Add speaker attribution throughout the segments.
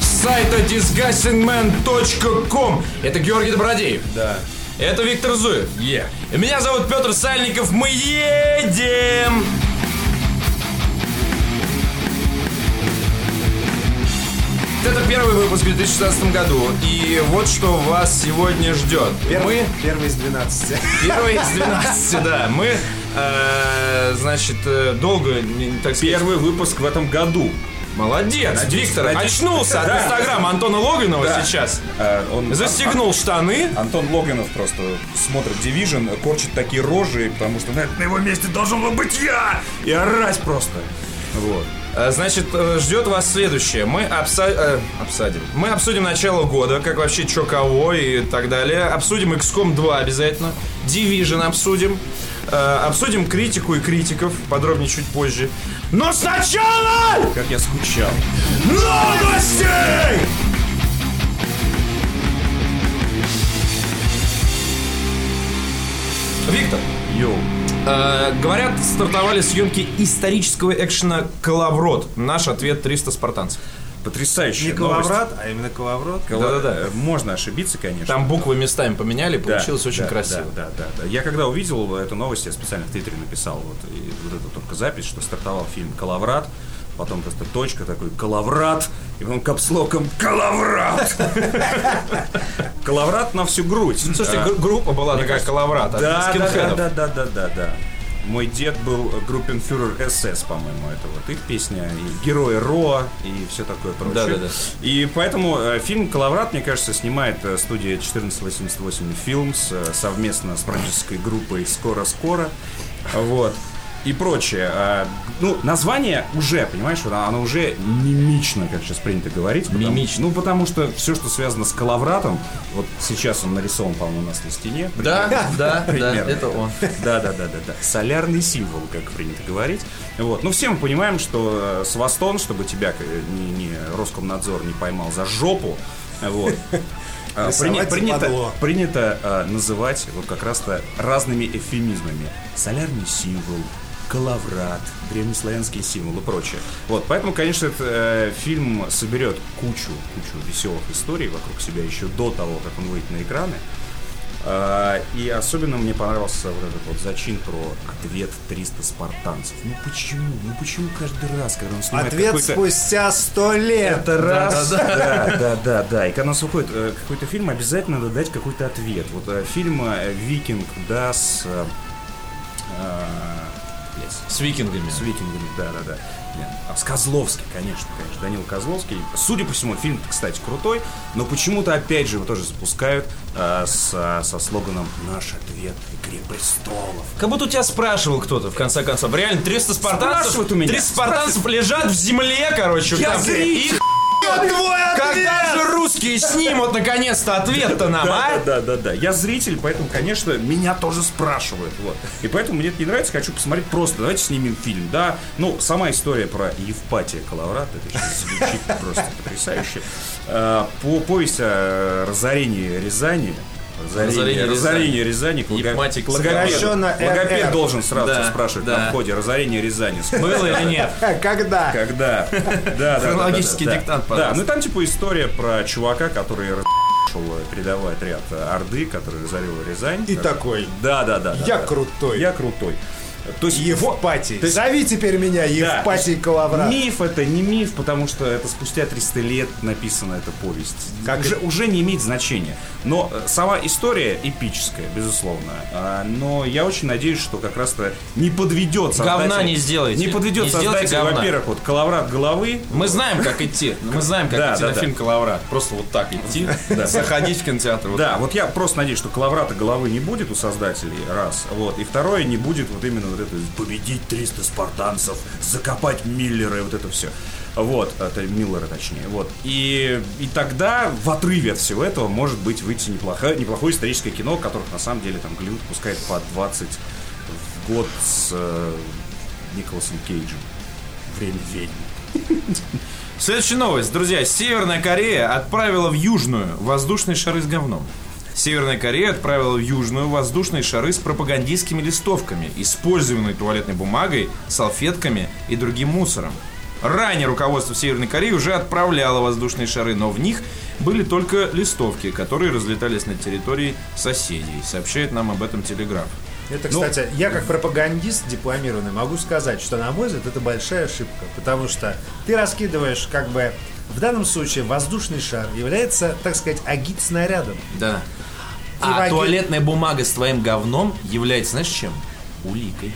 Speaker 1: сайта disgustingman.com. Это Георгий Добродеев.
Speaker 2: Да.
Speaker 1: Это Виктор Зуев.
Speaker 2: Е.
Speaker 1: И Меня зовут Петр Сальников. Мы едем! Это первый выпуск в 2016 году. И вот что вас сегодня ждет.
Speaker 2: Первый,
Speaker 1: Мы
Speaker 2: первый из 12.
Speaker 1: первый из 12, да. Мы, э, значит, э, долго, не- не так сказать,
Speaker 3: Первый выпуск в этом году.
Speaker 1: Молодец,
Speaker 3: Надеюсь,
Speaker 1: Виктор
Speaker 3: надеюсь.
Speaker 1: очнулся от
Speaker 3: Да.
Speaker 1: Инстаграма Антона Логинова
Speaker 3: Да.
Speaker 1: сейчас.
Speaker 3: Э, Он
Speaker 1: Застегнул штаны.
Speaker 3: Ан- Антон Логинов просто смотрит Division, корчит такие рожи, потому что на, на его месте должен был быть я! И орать просто. Вот.
Speaker 1: Э, Значит, э, ждет вас следующее. Мы обса- э, обсадим. Мы обсудим начало года, как вообще чё кого и так далее. Обсудим XCOM 2 обязательно. Division обсудим. Э, Обсудим критику и критиков. Подробнее чуть позже. Но сначала...
Speaker 3: Как я скучал.
Speaker 1: Новости! Виктор,
Speaker 3: Йоу.
Speaker 1: э, говорят, стартовали съемки исторического экшена «Коловрот». Наш ответ 300 спартанцев.
Speaker 3: Потрясающе.
Speaker 2: Не коловрат, а именно коловрот.
Speaker 1: Да-да-да.
Speaker 3: Можно ошибиться, конечно.
Speaker 1: Там буквы местами поменяли,
Speaker 3: Да,
Speaker 1: получилось очень
Speaker 3: да,
Speaker 1: красиво.
Speaker 3: Да, да, да, да. Я когда увидел эту новость, я специально в Твиттере написал вот, и вот эту только запись, что стартовал фильм «Калаврат», потом просто точка такой «Калаврат», и потом капслоком «Калаврат». «Калаврат» на всю грудь.
Speaker 1: Слушайте,
Speaker 3: А,
Speaker 1: гру- группа была такая «Коловрат» от
Speaker 3: да, да, да,
Speaker 1: скинхедов.
Speaker 3: да, да, да, да, да. Мой дед был э, группенфюрер СС, по-моему, это вот их песня, и герои Роа, и все такое прочее.
Speaker 1: Да-да-да.
Speaker 3: И поэтому э, фильм «Коловрат», мне кажется, снимает э, студия 1488 Films э, совместно с продюсерской группой «Скоро-скоро». Вот. И прочее. Э, Ну, название уже, понимаешь, вот оно уже мимично, как сейчас принято говорить. потому-
Speaker 1: Мимично.
Speaker 3: Ну, потому что все, что связано с «Коловратом», вот сейчас он нарисован, по-моему, у нас на стене.
Speaker 1: Да, да, да,
Speaker 3: Примерно.
Speaker 1: это он.
Speaker 3: Да, да, да, да, да. Солярный символ, как принято говорить. Вот. Ну, все мы понимаем, что э, Свастон, чтобы тебя э, не, не Роскомнадзор не поймал за жопу, вот. э,
Speaker 2: Рисовать
Speaker 3: принято,
Speaker 2: западло.
Speaker 3: принято, э, называть вот как раз-то разными эвфемизмами. Солярный символ, коловрат, древнеславянские символы и прочее. Вот, поэтому, конечно, этот э, фильм соберет кучу, кучу веселых историй вокруг себя еще до того, как он выйдет на экраны. А, И особенно мне понравился вот этот вот зачин про ответ 300 спартанцев. Ну почему? Ну почему каждый раз, когда он снимает
Speaker 2: Ответ
Speaker 3: какой-то...
Speaker 2: спустя сто лет.
Speaker 3: Это раз, да, да, да, да. И когда у нас выходит э, какой-то фильм, обязательно надо дать какой-то ответ. Вот э, фильм э, «Викинг», да, с... э, э, блядь,
Speaker 1: С викингами.
Speaker 3: с викингами, да, да, да. Нет, а С Козловский, конечно, конечно, Данил Козловский. Судя по всему, фильм, кстати, крутой, но почему-то опять же его тоже запускают а, с- а, со слоганом «Наш ответ – Игре престолов».
Speaker 1: Как будто у тебя спрашивал кто-то, в конце концов. Реально, 300 спартанцев...
Speaker 3: Спрашивают у меня.
Speaker 1: 300 спартанцев лежат в земле, короче.
Speaker 3: Я
Speaker 1: там.
Speaker 3: зритель.
Speaker 1: И Когда же русские снимут, наконец-то, ответ-то нам,
Speaker 3: Да,
Speaker 1: а?
Speaker 3: да, да, да. Я зритель, поэтому, конечно, меня тоже спрашивают. Вот. И поэтому мне это не нравится, хочу посмотреть просто. Давайте снимем фильм, да. Ну, сама история про Евпатия Калаврат, это щас звучит просто потрясающе. А, По повести о разорении Рязани.
Speaker 1: Разорение
Speaker 3: Разорение, разорение Рязани. к лого-
Speaker 1: Евпатий
Speaker 3: к логопеду.
Speaker 2: Сокращенно
Speaker 3: Логопед
Speaker 2: РР.
Speaker 3: должен сразу
Speaker 1: Да,
Speaker 3: спрашивать
Speaker 1: да.
Speaker 3: на входе. Разорение Рязани.
Speaker 1: Было или нет?
Speaker 2: Э, Когда?
Speaker 3: Когда? Да, да,
Speaker 1: Хронологический
Speaker 3: да, да, да.
Speaker 1: диктант,
Speaker 3: Да,
Speaker 1: пожалуйста.
Speaker 3: ну там типа история про чувака, который разошел передовой отряд э, Орды, который разорил Рязань.
Speaker 2: И такой.
Speaker 3: Да, да, да. да,
Speaker 2: Я
Speaker 3: да.
Speaker 2: крутой.
Speaker 3: Я крутой. То есть его-
Speaker 2: Евпатий.
Speaker 3: То есть-
Speaker 2: Зови теперь меня
Speaker 3: да.
Speaker 2: Евпатий Коловрат.
Speaker 3: Миф это не миф, потому что это спустя 300 лет написана эта повесть.
Speaker 2: Как
Speaker 3: уже,
Speaker 2: это-
Speaker 3: уже не имеет значения. Но э, сама история эпическая, безусловно. А, Но я очень надеюсь, что как раз-то не подведет создатель.
Speaker 1: Говна не сделаете.
Speaker 3: Не подведет
Speaker 1: Не сделайте
Speaker 3: создатель,
Speaker 1: говна.
Speaker 3: во-первых, вот коловрат головы.
Speaker 1: Мы знаем, как идти. Мы знаем, как
Speaker 3: Да,
Speaker 1: идти
Speaker 3: да,
Speaker 1: на
Speaker 3: да.
Speaker 1: фильм «Коловрат». Просто вот так идти, заходить в кинотеатр. вот
Speaker 3: Да, вот я просто надеюсь, что коловрата головы не будет у создателей, раз. Вот. И второе, не будет вот именно вот это победить 300 спартанцев, закопать Миллера и вот это все. Вот, это Миллера точнее. Вот. И, и тогда в отрыве от всего этого может быть выйти неплохое, неплохое историческое кино, которых на самом деле там Голливуд пускает по 20 в год с э, Николасом Кейджем. Время ведьмы.
Speaker 1: Следующая новость, друзья. Северная Корея отправила в Южную воздушные шары с говном. Северная Корея отправила в Южную воздушные шары с пропагандистскими листовками, использованной туалетной бумагой, салфетками и другим мусором. Ранее руководство Северной Кореи уже отправляло воздушные шары, но в них были только листовки, которые разлетались на территории соседей. Сообщает нам об этом Телеграф.
Speaker 2: Это,
Speaker 3: Ну,
Speaker 2: кстати, я как пропагандист дипломированный могу сказать, что, на мой взгляд, это большая ошибка, потому что ты раскидываешь, как бы, в данном случае воздушный шар является, так сказать, агит-снарядом.
Speaker 1: Да.
Speaker 2: И в
Speaker 1: А
Speaker 2: агит-
Speaker 1: туалетная бумага с твоим говном является, знаешь, чем? Уликой.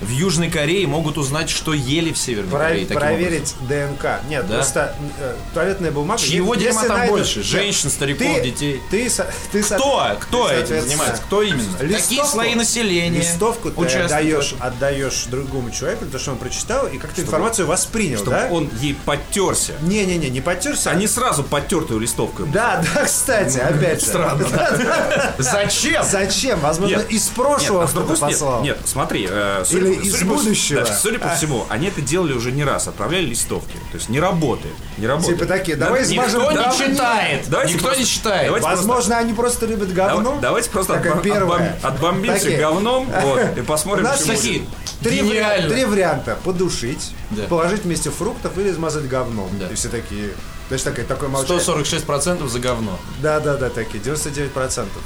Speaker 1: В Южной Корее могут узнать, что ели в Северной
Speaker 2: Про-
Speaker 1: Корее. таким образом.
Speaker 2: проверить ДНК. Нет,
Speaker 1: Да.
Speaker 2: просто э, туалетная бумага.
Speaker 1: Чьего
Speaker 2: Если
Speaker 1: дерьма там
Speaker 2: найдут-
Speaker 1: больше?
Speaker 2: Нет,
Speaker 1: Женщин, стариков,
Speaker 2: ты-
Speaker 1: детей?
Speaker 2: Ты, со- ты со-
Speaker 1: Кто? Кто
Speaker 2: ты,
Speaker 1: этим
Speaker 2: соответственно,
Speaker 1: занимается? Кто именно? Какие
Speaker 2: листовку-
Speaker 1: слои населения?
Speaker 2: Листовку ты
Speaker 1: участвуют?
Speaker 2: отдаешь, отдаешь другому человеку, потому что он прочитал и как-то информацию воспринял,
Speaker 3: чтобы
Speaker 2: да?
Speaker 3: он ей подтерся.
Speaker 2: Не-не-не, не потерся.
Speaker 3: Они Ну, сразу подтертую листовку. ему.
Speaker 2: Да, да, кстати, опять же.
Speaker 1: Странно. Зачем?
Speaker 2: Зачем? Возможно,
Speaker 3: Нет.
Speaker 2: из прошлого
Speaker 3: Нет, а с
Speaker 2: что-то
Speaker 3: другой стороны-
Speaker 2: послал.
Speaker 3: Нет, смотри, э,
Speaker 2: Или из
Speaker 3: по-
Speaker 2: будущего.
Speaker 3: да, судя по всему, они это делали уже не раз, отправляли листовки. То есть не работает. Не работает.
Speaker 2: Типа такие, давай
Speaker 3: Надо-
Speaker 2: измажем
Speaker 1: Никто
Speaker 2: говно.
Speaker 1: не читает.
Speaker 3: Давайте
Speaker 1: Никто
Speaker 3: просто-
Speaker 1: не читает.
Speaker 3: давайте
Speaker 2: Возможно, они просто любят
Speaker 3: Дава-
Speaker 2: говно.
Speaker 3: Давайте просто
Speaker 2: Такая
Speaker 3: отбом-
Speaker 2: первая.
Speaker 3: отбом- отбомбимся
Speaker 2: Такие.
Speaker 3: говном вот, и
Speaker 2: У
Speaker 3: посмотрим,
Speaker 2: нас
Speaker 3: чему
Speaker 1: такие.
Speaker 3: будет.
Speaker 2: Три, вари-
Speaker 1: Гениально.
Speaker 2: три варианта. Подушить,
Speaker 1: Да.
Speaker 2: положить вместе фруктов или измазать говном.
Speaker 1: Да.
Speaker 2: И все такие... То есть такой, такой молчание.
Speaker 1: 146% за говно.
Speaker 2: Да-да-да, такие, 99%.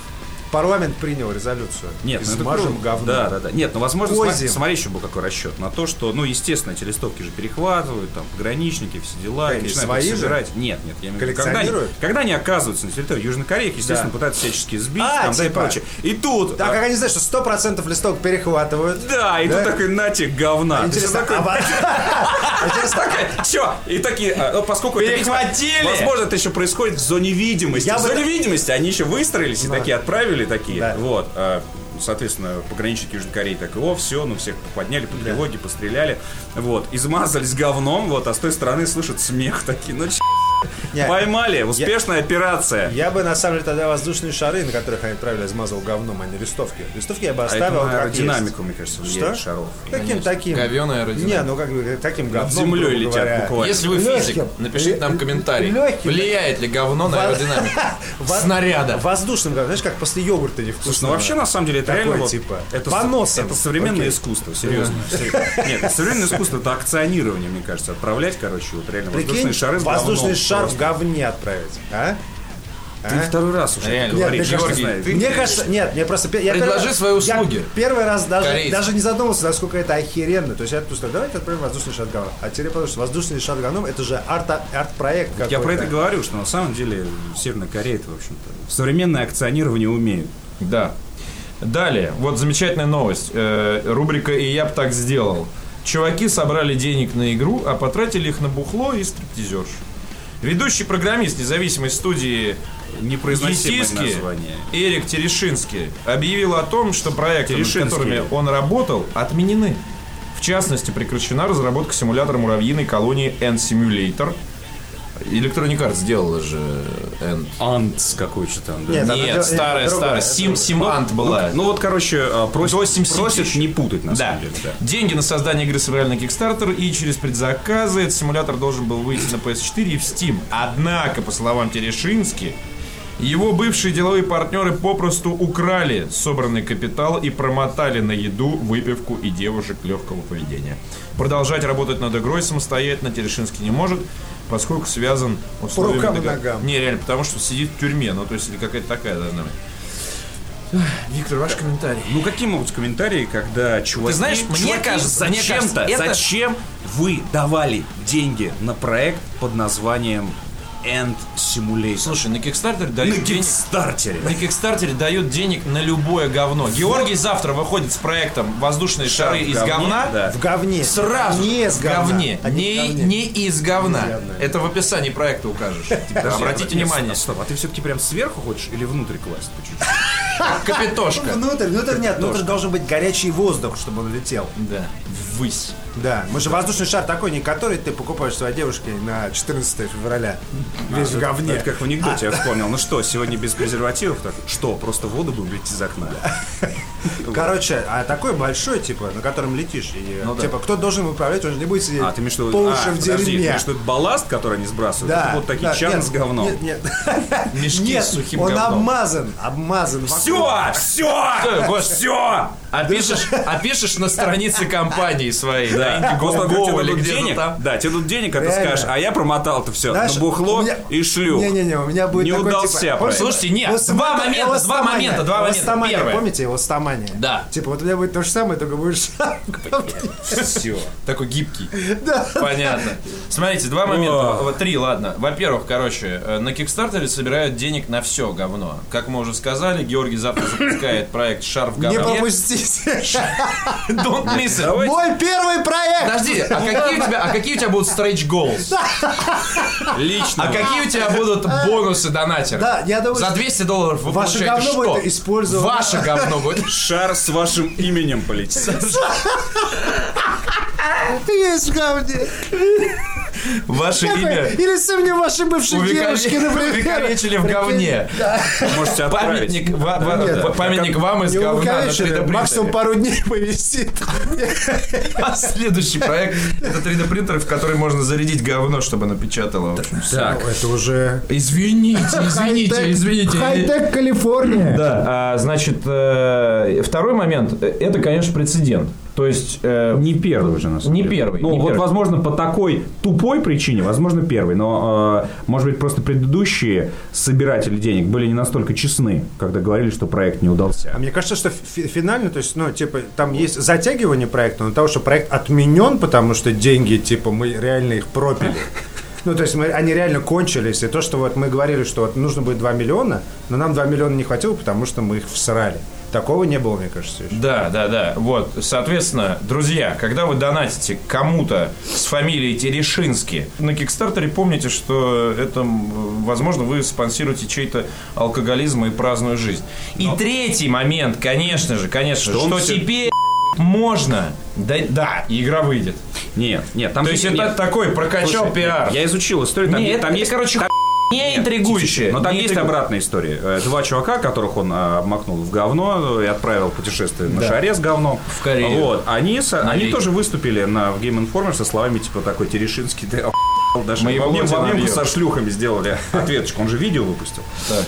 Speaker 2: Парламент принял резолюцию.
Speaker 3: Нет, ну это
Speaker 2: Измажем
Speaker 3: круто.
Speaker 2: говно.
Speaker 3: Да, да, да. Нет, ну возможно, сма-
Speaker 2: Козим.
Speaker 3: смотри, еще был какой расчет на то, что, ну, естественно, эти листовки же перехватывают, там, пограничники, все дела, и
Speaker 2: Конечно,
Speaker 3: начинают
Speaker 2: свои
Speaker 3: их
Speaker 2: же.
Speaker 3: собирать. Нет, нет, я имею в виду, когда они,
Speaker 2: Коллекционируют?
Speaker 3: когда они оказываются на территории Южной Кореи, их, естественно,
Speaker 2: Да.
Speaker 3: пытаются всячески сбить,
Speaker 2: А,
Speaker 3: там, да, и
Speaker 2: типа.
Speaker 3: прочее. И тут...
Speaker 2: Так
Speaker 3: а,
Speaker 2: как они знают, что 100% листок перехватывают.
Speaker 3: Да, и
Speaker 2: Да?
Speaker 3: тут такой, на тебе, говна.
Speaker 2: Интересно, а вот- Интересно, а
Speaker 3: Че? И такие, а, ну, поскольку это, видимо,
Speaker 1: Перехватили!
Speaker 3: возможно, это еще происходит в зоне видимости.
Speaker 2: Я
Speaker 3: в
Speaker 2: бы-
Speaker 3: зоне видимости они еще выстроились и такие отправили такие.
Speaker 2: Да.
Speaker 3: Вот. а, Соответственно, пограничники Южной Кореи так, о, все, ну всех подняли по тревоге, постреляли, вот, измазались говном, вот, а с той стороны слышат смех такие, ну ч**,
Speaker 2: Не,
Speaker 3: поймали, успешная операция.
Speaker 2: Я бы на самом деле тогда воздушные шары, на которых они отправили, измазал говном, а не листовки. Листовки я бы
Speaker 3: А это
Speaker 2: оставил
Speaker 3: на
Speaker 2: как
Speaker 3: аэродинамику, мне кажется,
Speaker 2: есть.
Speaker 3: влияет
Speaker 2: Что?
Speaker 3: шаров.
Speaker 2: Каким таким?
Speaker 1: Говёная аэродинамика.
Speaker 2: Не, ну как бы таким говном.
Speaker 3: землёй
Speaker 2: грубо
Speaker 3: летят
Speaker 2: говоря.
Speaker 3: буквально.
Speaker 1: Если вы
Speaker 2: Лёгким.
Speaker 1: физик, напишите нам
Speaker 2: Лё-
Speaker 1: комментарий.
Speaker 2: лёгким.
Speaker 1: Влияет ли говно на аэродинамику?
Speaker 2: Во-
Speaker 1: Снаряда.
Speaker 2: Воздушным говном. Знаешь, как после йогурта невкусно.
Speaker 3: Слушай, ну вообще на самом деле это
Speaker 2: Такое,
Speaker 3: реально вот-
Speaker 2: типа,
Speaker 3: это,
Speaker 2: поносом.
Speaker 3: это современное
Speaker 2: Окей.
Speaker 3: искусство, серьезно. Нет, современное искусство это акционирование, мне кажется, отправлять, короче, вот реально
Speaker 2: Прикинь,
Speaker 3: воздушные шары с
Speaker 2: воздушный
Speaker 3: говном
Speaker 2: шар в
Speaker 3: просто.
Speaker 2: говне отправить. А?
Speaker 3: Ты второй раз уже
Speaker 1: Реально.
Speaker 3: это
Speaker 1: Нет,
Speaker 3: говоришь,
Speaker 2: мне
Speaker 3: Георгий,
Speaker 2: кажется,
Speaker 3: знаешь.
Speaker 1: ты-
Speaker 2: Мне кажется, нет, мне просто... пе- я
Speaker 1: Предложи
Speaker 2: первый раз-
Speaker 1: свои
Speaker 2: я
Speaker 1: услуги.
Speaker 2: первый раз даже,
Speaker 1: Корейцы.
Speaker 2: даже не задумывался, насколько это охеренно. То есть я просто, давайте отправим воздушный шар говном. А теперь потому что воздушный шар говном, это же арта- арт-проект какой-то.
Speaker 3: Я про это говорю, что на самом деле Северная Корея это, в общем-то, современное акционирование умеют.
Speaker 1: Да. Далее, вот замечательная новость. Э, Рубрика «И я б так сделал». Чуваки собрали денег на игру, а потратили их на бухло и стриптизерш. Ведущий программист независимой студии
Speaker 3: Непроизносимое
Speaker 1: Етиски
Speaker 3: название.
Speaker 1: Эрик Терешинский объявил о том, что проекты, над
Speaker 3: Терешинский.
Speaker 1: которыми он работал, отменены. В частности, прекращена разработка симулятора муравьиной колонии N-Simulator. Electronic Arts сделала же N.
Speaker 3: Антс какой-то там, да.
Speaker 2: Нет, она дел-
Speaker 1: Нет, старая,
Speaker 2: это другая,
Speaker 1: старая.
Speaker 2: это
Speaker 1: Сим, Симант была.
Speaker 3: Ну вот, короче, а,
Speaker 1: До
Speaker 3: просят,
Speaker 1: 70
Speaker 3: просят
Speaker 1: тысяч.
Speaker 3: не путать, на
Speaker 1: Да.
Speaker 3: самом деле. да.
Speaker 1: Деньги на создание игры собрали на Kickstarter, и через предзаказы этот симулятор должен был выйти на PS4 и в Steam. Однако, по словам Терешински, его бывшие деловые партнеры попросту украли собранный капитал и промотали на еду, выпивку и девушек легкого поведения. Продолжать работать над игрой самостоятельно Терешинский не может, поскольку связан условиями
Speaker 2: рукам и
Speaker 1: договора.
Speaker 2: ногам.
Speaker 1: Не, реально, потому что сидит в тюрьме, ну то есть или какая-то такая должна быть. Ах, Виктор, ваш комментарий.
Speaker 3: Ну какие могут комментарии, когда чуваки...
Speaker 1: Ты знаешь, мне
Speaker 3: чуваки,
Speaker 1: кажется, мне
Speaker 3: зачем-то,
Speaker 1: кажется, это-
Speaker 3: зачем вы давали деньги на проект под названием End Simulator?
Speaker 1: Слушай, на Кикстартере
Speaker 3: на
Speaker 1: дают денег.
Speaker 3: Kickstarter.
Speaker 1: На Кикстартере дают денег на любое говно. Георгий завтра выходит с проектом «Воздушные
Speaker 3: Шар
Speaker 1: шары
Speaker 3: в
Speaker 1: из
Speaker 3: говне,
Speaker 1: говна».
Speaker 3: да.
Speaker 2: В говне.
Speaker 1: Сразу
Speaker 2: Не из
Speaker 1: в
Speaker 2: говна.
Speaker 1: говне.
Speaker 2: А
Speaker 1: Не,
Speaker 2: в говне.
Speaker 1: не из говна.
Speaker 2: Не из говна.
Speaker 1: Это в описании проекта укажешь. Типа, Обратите внимание.
Speaker 3: Стоп, а ты все-таки прям сверху хочешь или внутрь класть? по чуть-чуть?
Speaker 1: Капитошка.
Speaker 2: Внутрь, внутрь нет, внутрь должен быть горячий воздух, чтобы он летел.
Speaker 1: Да. Ввысь.
Speaker 2: Да, мы же воздушный шар такой, не который ты покупаешь своей девушке на 14 февраля. Весь в говне.
Speaker 3: Это как в анекдоте
Speaker 1: А.
Speaker 3: я вспомнил. Ну что, сегодня без презервативов? Так, что, просто воду будем лить из окна?
Speaker 2: Короче, а такой большой, типа, на котором летишь. И,
Speaker 1: да.
Speaker 2: типа, кто должен управлять, он же не будет сидеть
Speaker 3: А, ты имеешь в виду...
Speaker 2: по
Speaker 3: а,
Speaker 2: уши в
Speaker 3: подожди, ты
Speaker 2: дерьме.
Speaker 3: имеешь в виду балласт, который они сбрасывают?
Speaker 2: Да,
Speaker 3: Это вот такие
Speaker 2: да,
Speaker 3: чаны
Speaker 2: нет,
Speaker 3: с говном.
Speaker 2: Нет, нет.
Speaker 1: Мешки
Speaker 2: Нет,
Speaker 1: с сухим
Speaker 2: он
Speaker 1: говном.
Speaker 2: обмазан, обмазан. вокруг.
Speaker 3: Все! Все!
Speaker 1: Всё, господи.
Speaker 3: Все!
Speaker 1: А пишешь, а пишешь на странице компании своей, да,
Speaker 4: Да, Господи,
Speaker 1: Indiegogo
Speaker 4: тебе
Speaker 1: или
Speaker 4: дадут
Speaker 1: где-то
Speaker 4: денег,
Speaker 1: там.
Speaker 4: да, тебе дадут денег, а ты
Speaker 2: Реально.
Speaker 4: скажешь, а я промотал-то все,
Speaker 2: Знаешь,
Speaker 4: на бухло
Speaker 2: у меня-
Speaker 4: и шлю.
Speaker 2: Не-не-не, у меня будет
Speaker 4: Не
Speaker 2: такой, типа,
Speaker 4: удался
Speaker 2: помнишь,
Speaker 4: проект.
Speaker 1: Слушайте, нет,
Speaker 2: эластомания,
Speaker 1: два момента, два
Speaker 2: эластомания,
Speaker 1: момента, два момента.
Speaker 2: эластомания,
Speaker 1: Первое.
Speaker 2: Помните, эластомания?
Speaker 1: Да.
Speaker 2: Типа, вот у меня будет то же самое, только будешь...
Speaker 4: Все.
Speaker 1: Такой гибкий. Понятно. Смотрите, два
Speaker 4: Ох.
Speaker 1: момента. Вот три, ладно. Во-первых, короче, э, на Кикстартере собирают денег на все говно. Как мы уже сказали, Георгий завтра запускает проект «Шар в
Speaker 2: Не
Speaker 1: говне».
Speaker 2: пропустите.
Speaker 1: Don't miss it.
Speaker 2: Мой первый проект!
Speaker 1: Подожди, а какие у тебя, а какие у тебя будут stretch goals?
Speaker 4: Лично.
Speaker 1: А какие у тебя будут бонусы донатера?
Speaker 2: Да, я думаю,
Speaker 1: За
Speaker 2: что
Speaker 1: 200 долларов вы
Speaker 2: ваше
Speaker 1: получаете
Speaker 2: говно
Speaker 1: что?
Speaker 2: будет использовано.
Speaker 1: Ваше говно будет.
Speaker 4: Шар с вашим именем полетит.
Speaker 2: есть в говне.
Speaker 1: Ваше имя
Speaker 2: Или со мне ваши бывшие
Speaker 1: Увекове-
Speaker 2: девушки, например.
Speaker 1: увековечили в говне.
Speaker 2: Да.
Speaker 4: Можете отправить.
Speaker 1: Памятник, ва- ва-
Speaker 2: нет.
Speaker 1: п- памятник вам из
Speaker 2: Не
Speaker 1: говна на 3D
Speaker 2: увековечили, максимум
Speaker 1: принтере.
Speaker 2: пару дней повисит.
Speaker 1: А следующий проект это 3D принтер, в который можно зарядить говно, чтобы напечатало. в общем.
Speaker 4: Так.
Speaker 2: Ну, Это уже...
Speaker 1: Извините, извините, извините.
Speaker 2: Хай-тек Калифорния.
Speaker 1: Да, а, значит, э, второй момент, э, это, конечно, прецедент. То есть... э,
Speaker 3: Не первый уже, на самом
Speaker 1: Не
Speaker 3: деле.
Speaker 1: первый,
Speaker 3: Ну,
Speaker 1: не
Speaker 3: вот,
Speaker 1: первый.
Speaker 3: возможно, по такой тупой причине, возможно, первый. Но, э, может быть, просто предыдущие собиратели денег были не настолько честны, когда говорили, что проект не удался.
Speaker 2: А мне кажется, что фи- финально, то есть, ну, типа, там есть затягивание проекта, но того, что проект отменен, потому что деньги, типа, мы реально их пропили. Ну, то есть мы, они реально кончились. И то, что вот мы говорили, что вот нужно будет 2 миллиона, но нам 2 миллиона не хватило, потому что мы их всрали. Такого не было, мне кажется, еще.
Speaker 1: Да, да, да. Вот, соответственно, друзья, когда вы донатите кому-то с фамилией Терешински на Кикстартере, помните, что это, м, возможно, вы спонсируете чей-то алкоголизм и праздную жизнь. И третий момент, конечно же, конечно,
Speaker 4: Что
Speaker 1: что, что
Speaker 4: он всё-
Speaker 1: теперь можно. Да, да, и игра выйдет.
Speaker 3: Нет, нет, там
Speaker 1: То есть
Speaker 3: нет.
Speaker 1: это такой прокачал
Speaker 3: Слушай,
Speaker 1: пиар.
Speaker 3: Я изучил историю. Там,
Speaker 1: Не,
Speaker 3: е-
Speaker 1: это-
Speaker 3: там
Speaker 1: это,
Speaker 3: есть,
Speaker 1: короче,
Speaker 3: там-
Speaker 1: Не
Speaker 3: нет,
Speaker 1: интригующее.
Speaker 3: Но там
Speaker 1: не
Speaker 3: есть
Speaker 1: интригу-
Speaker 3: обратная история. Э, Два чувака, которых он э, обмакнул в говно и отправил в путешествие на шаре с говном.
Speaker 1: В Корею.
Speaker 3: Вот. Они, со- они
Speaker 1: Навеки.
Speaker 3: тоже выступили на, в Game Informer со словами типа такой Терешинский, да охуел, даже
Speaker 1: Мы его
Speaker 3: во мне-
Speaker 1: будем
Speaker 3: во мне
Speaker 1: набьем».
Speaker 3: со шлюхами сделали ответочку. Он же видео выпустил.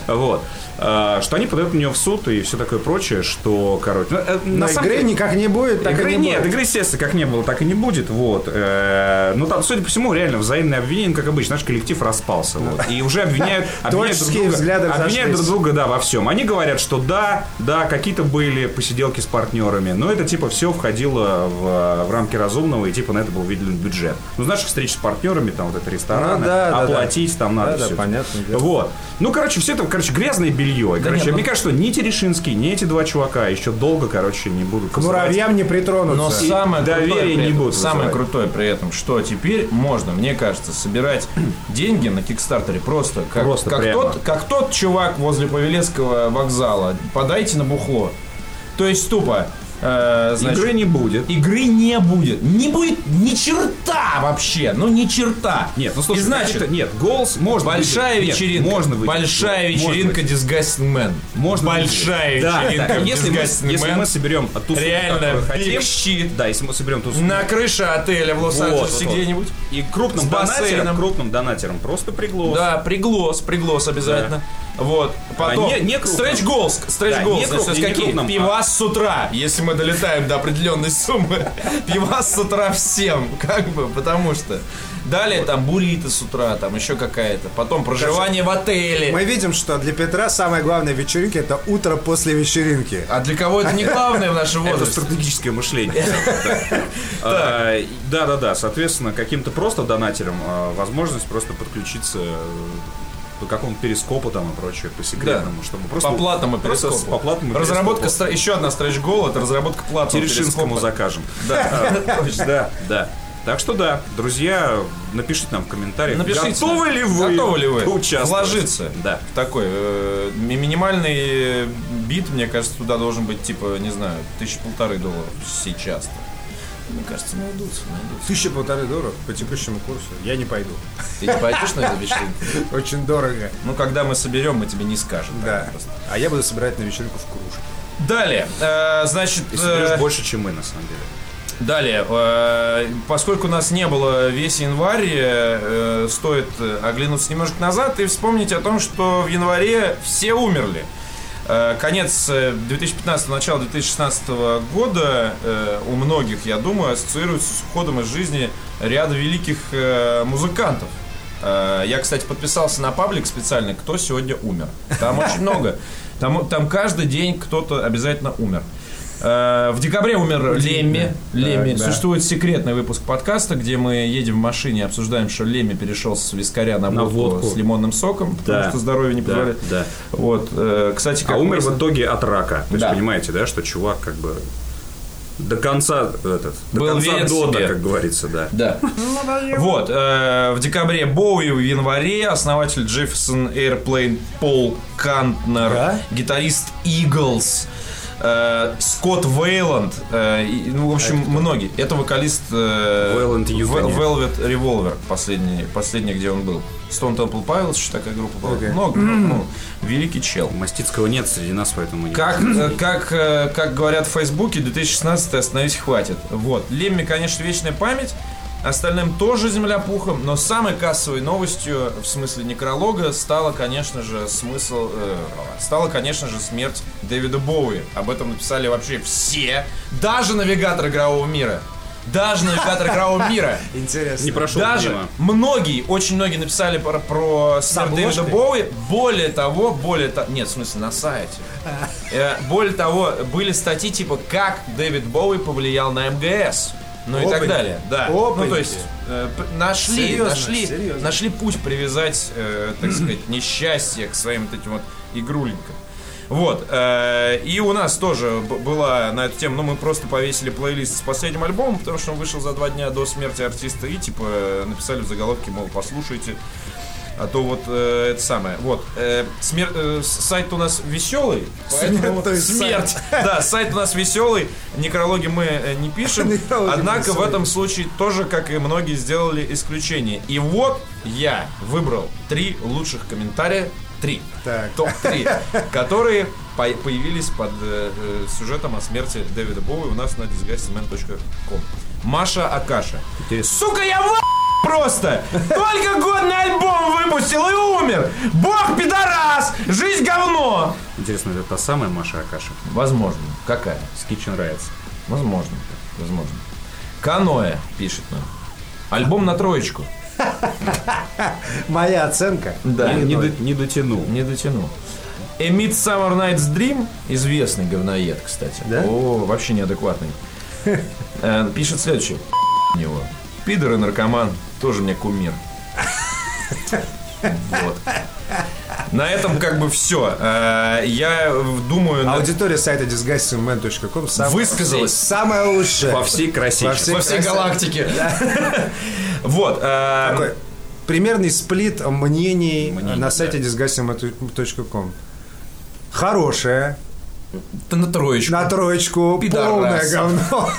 Speaker 3: Вот. А, Что они подают на него в суд и все такое прочее, что, короче... ну, э,
Speaker 2: Но
Speaker 3: На самом
Speaker 2: игры
Speaker 3: деле-
Speaker 2: никак не будет, так
Speaker 3: игры
Speaker 2: и не
Speaker 3: нет,
Speaker 2: будет.
Speaker 3: игры, естественно, как не было, так и не будет. Вот. Э, Ну там, судя по всему, реально взаимное обвинение, как обычно, наш коллектив распался. Вот. И уже обвиняют, обвиняют друг
Speaker 2: Творческие
Speaker 3: друга,
Speaker 2: взгляды
Speaker 3: обвиняют друг
Speaker 2: разошлись.
Speaker 3: друга, да, во всем. Они говорят, что да, да, какие-то были посиделки с партнерами, но это типа все входило в, в рамки разумного и типа на это был выделен бюджет. Ну знаешь, встречи с партнерами, там вот это рестораны,
Speaker 2: Ну да, да, да.
Speaker 3: оплатить там надо
Speaker 2: Да, да,
Speaker 3: всё это.
Speaker 2: понятное дело.
Speaker 3: Вот. Ну, короче, все это, короче, грязное белье. И, короче,
Speaker 1: нет, ну-
Speaker 3: мне кажется, что ни Терешинский, ни эти два чувака еще долго, короче, не будут
Speaker 2: К муравьям не притронуться.
Speaker 1: Но самое
Speaker 3: доверия
Speaker 1: крутое,
Speaker 3: не
Speaker 1: при этом-
Speaker 3: будут
Speaker 1: самое
Speaker 3: вызывать.
Speaker 1: крутое при этом, что теперь можно, мне кажется, собирать деньги на Кикстартере просто как,
Speaker 3: Просто
Speaker 1: как
Speaker 3: прямо.
Speaker 1: тот, как тот чувак возле Павелецкого вокзала. Подайте на бухло. То есть тупо. э, значит,
Speaker 3: Игры не будет.
Speaker 1: игры не будет. Не будет ни черта вообще. Ну ни черта.
Speaker 3: Нет, ну слушай,
Speaker 1: И значит,
Speaker 3: какие-то- нет, голос может
Speaker 1: большая
Speaker 3: выделить. Нет,
Speaker 1: вечеринка.
Speaker 3: можно выделить.
Speaker 1: большая
Speaker 3: Может
Speaker 1: вечеринка
Speaker 3: быть.
Speaker 1: Disgusting Man.
Speaker 3: Можно
Speaker 1: большая
Speaker 3: выделить. Да,
Speaker 1: вечеринка
Speaker 3: да. Если, мы,
Speaker 1: Disgusting
Speaker 3: если
Speaker 1: Man.
Speaker 3: мы соберем тусу,
Speaker 1: Реально,
Speaker 3: которую
Speaker 1: big
Speaker 3: хотим,
Speaker 1: shit.
Speaker 3: да, если мы соберем тусу,
Speaker 1: на крыше отеля в
Speaker 3: Вот,
Speaker 1: Лос-Анджелесе
Speaker 3: вот, вот.
Speaker 1: где-нибудь.
Speaker 3: и крупным
Speaker 1: с
Speaker 3: донатером,
Speaker 1: бассейном.
Speaker 3: крупным донатером просто приглас.
Speaker 1: Да, приглос, приглос обязательно. Вот. Потом.
Speaker 3: А не- не крупным.
Speaker 1: стретч голс, стретч
Speaker 3: Да,
Speaker 1: голс.
Speaker 3: не
Speaker 1: То есть
Speaker 3: крупным, не
Speaker 1: какие?
Speaker 3: крупным, а-
Speaker 1: пивас с утра, если мы долетаем до определенной суммы. пивас с утра всем, как бы, потому что. Далее там буррито с утра, там еще какая-то. Потом проживание в отеле.
Speaker 2: Мы видим, что для Петра самое главное в вечеринке это утро после вечеринки.
Speaker 1: А для кого это не главное в нашем
Speaker 3: Это
Speaker 1: возрасте?
Speaker 3: стратегическое мышление. Да, да, да. Соответственно, каким-то просто донатерам э, возможность просто подключиться э, по какому-то перископу там и прочее, по секретному, чтобы просто...
Speaker 1: По платному
Speaker 3: просто с-
Speaker 1: перископу.
Speaker 3: По платному
Speaker 1: Разработка,
Speaker 3: перископу.
Speaker 1: стра- еще одна стретч гол, это разработка платного
Speaker 3: Терешинскому
Speaker 1: перископа.
Speaker 3: закажем. Да, да, да. Так что да, друзья, напишите нам в комментариях,
Speaker 1: Напишите.
Speaker 3: готовы ли вы,
Speaker 1: Готовы ли вы
Speaker 3: поучаствовать.
Speaker 1: вложиться?
Speaker 3: Да.
Speaker 1: Такой э, ми- минимальный э, бит, мне кажется, туда должен быть типа, не знаю, тысяча полторы долларов сейчас. Мне кажется, найдутся, найдутся.
Speaker 2: Тысяча полторы долларов по текущему курсу. Я не пойду.
Speaker 1: Ты не пойдешь на эту вечеринку?
Speaker 2: Очень дорого.
Speaker 1: Ну, когда мы соберем, мы тебе не скажем. так
Speaker 2: Да.
Speaker 1: просто.
Speaker 2: А я буду собирать на вечеринку в кружке.
Speaker 1: Далее, э, значит,
Speaker 3: И соберешь
Speaker 1: э,
Speaker 3: больше, чем мы, на самом деле.
Speaker 1: Далее, э, поскольку нас не было весь январь, э, стоит э, оглянуться немножко назад и вспомнить о том, что в январе все умерли. Э, Конец 2015 начало 2016 года э, у многих, я думаю, ассоциируется с уходом из жизни ряда великих э, музыкантов. Э, Я, кстати, подписался на паблик специально, кто сегодня умер. Там очень много. Там, там каждый день кто-то обязательно умер. Э, В декабре умер Лемми. Лемми.
Speaker 2: да.
Speaker 1: Существует секретный выпуск подкаста, где мы едем в машине и обсуждаем, что Лемми перешел с вискаря на
Speaker 3: На
Speaker 1: водку,
Speaker 3: водку.
Speaker 1: с лимонным соком, потому
Speaker 3: Да.
Speaker 1: что здоровье не
Speaker 3: Да,
Speaker 1: позволяет.
Speaker 3: да.
Speaker 1: Вот. э, Кстати, как
Speaker 3: а умер
Speaker 1: выяснилось-
Speaker 3: в итоге от рака. То есть,
Speaker 1: Да.
Speaker 3: понимаете, да, что чувак как бы до конца этот,
Speaker 1: Был
Speaker 3: до конца
Speaker 1: верен
Speaker 3: дода,
Speaker 1: себе.
Speaker 3: как говорится, да.
Speaker 1: Да. Вот. э, В декабре Боуи, в январе основатель Джефферсон Airplane Пол Кантнер,
Speaker 2: Да?
Speaker 1: гитарист Eagles, э, Скотт Вейланд, э, и, ну, в общем, многие. Это вокалист э,
Speaker 3: Вейланд и
Speaker 1: Ве-
Speaker 3: Юкон.
Speaker 1: Velvet Revolver, последний, последний, где он был. Stone Temple Pilots, еще такая группа была.
Speaker 2: Окей.
Speaker 1: Много, ну, великий чел.
Speaker 3: Мастицкого нет среди нас, поэтому не
Speaker 1: Как, э, как, э, как говорят в Фейсбуке, 2016 остановить хватит. Вот. Лемми, конечно, вечная память. Остальным тоже земля пухом, но самой кассовой новостью в смысле некролога стала, конечно же, смысл, э, стала, конечно же, смерть Дэвида Боуи. Об этом написали вообще все, даже навигатор игрового мира, даже навигатор игрового мира.
Speaker 2: Интересно.
Speaker 3: не прошел
Speaker 1: Даже
Speaker 3: мимо.
Speaker 1: многие, очень многие написали про, про смерть Дэвида
Speaker 2: обложкой?
Speaker 1: Боуи. Более того, более того... Нет, в смысле, на сайте. Э, Более того, были статьи типа «Как Дэвид Боуи повлиял на МГС». Ну и так
Speaker 2: Опаньки.
Speaker 1: далее. Да. Ну то
Speaker 2: Опаньки.
Speaker 1: есть э, п- нашли,
Speaker 2: Серьезно,
Speaker 1: нашли,
Speaker 2: серьезно.
Speaker 1: нашли путь привязать, э, так сказать, несчастье к своим вот этим вот игруленькам. Вот. э, и у нас тоже б- была на эту тему, но мы просто повесили плейлист с последним альбомом, потому что он вышел за два дня до смерти артиста и типа э, написали в заголовке, мол, послушайте. А то вот э, это самое. Вот. э, смер- э, с- сайт у нас веселый. Поэтому
Speaker 2: Смерть, то есть
Speaker 1: смерть. Да, сайт у нас веселый. Некрологи мы э, не пишем.
Speaker 2: Некрологи
Speaker 1: Однако в
Speaker 2: веселые.
Speaker 1: этом случае тоже, как и многие, сделали исключение. И вот я выбрал три лучших комментария. Три.
Speaker 2: Так.
Speaker 1: Топ-3, которые по- появились под э, э, сюжетом о смерти Дэвида Боуи у нас на disgustingman.com. Маша Акаша. Сука, я в а**, просто! Только годный альбом выпустил и умер! Бог пидорас! Жизнь говно!
Speaker 3: Интересно, это та самая Маша Акаша
Speaker 1: Возможно. Какая?
Speaker 3: с Kitchen Riots?
Speaker 1: Возможно. Возможно. Каноэ пишет нам. Альбом на троечку.
Speaker 2: Моя оценка.
Speaker 1: Да.
Speaker 3: не, не до- не дотянул.
Speaker 1: Не дотянул. Эмит Summer Night's Dream, известный говноед, кстати.
Speaker 2: Да?
Speaker 1: О, вообще неадекватный. Э, Пишет следующее. него. Пидор и наркоман, тоже мне кумир. Вот. На этом как бы все. Я в- думаю... на-
Speaker 2: Аудитория сайта disgustingman.com сам-
Speaker 1: Высказалась.
Speaker 2: Самая лучшая.
Speaker 3: Во всей красе.
Speaker 2: Во всей
Speaker 1: Во всей
Speaker 2: красе.
Speaker 1: галактике. Вот. э,
Speaker 2: Такой примерный сплит мнений
Speaker 3: Мнений,
Speaker 2: на сайте disgustingman.com. Хорошая,
Speaker 1: На троечку.
Speaker 2: на троечку,
Speaker 1: Пидорас.
Speaker 2: полное говно.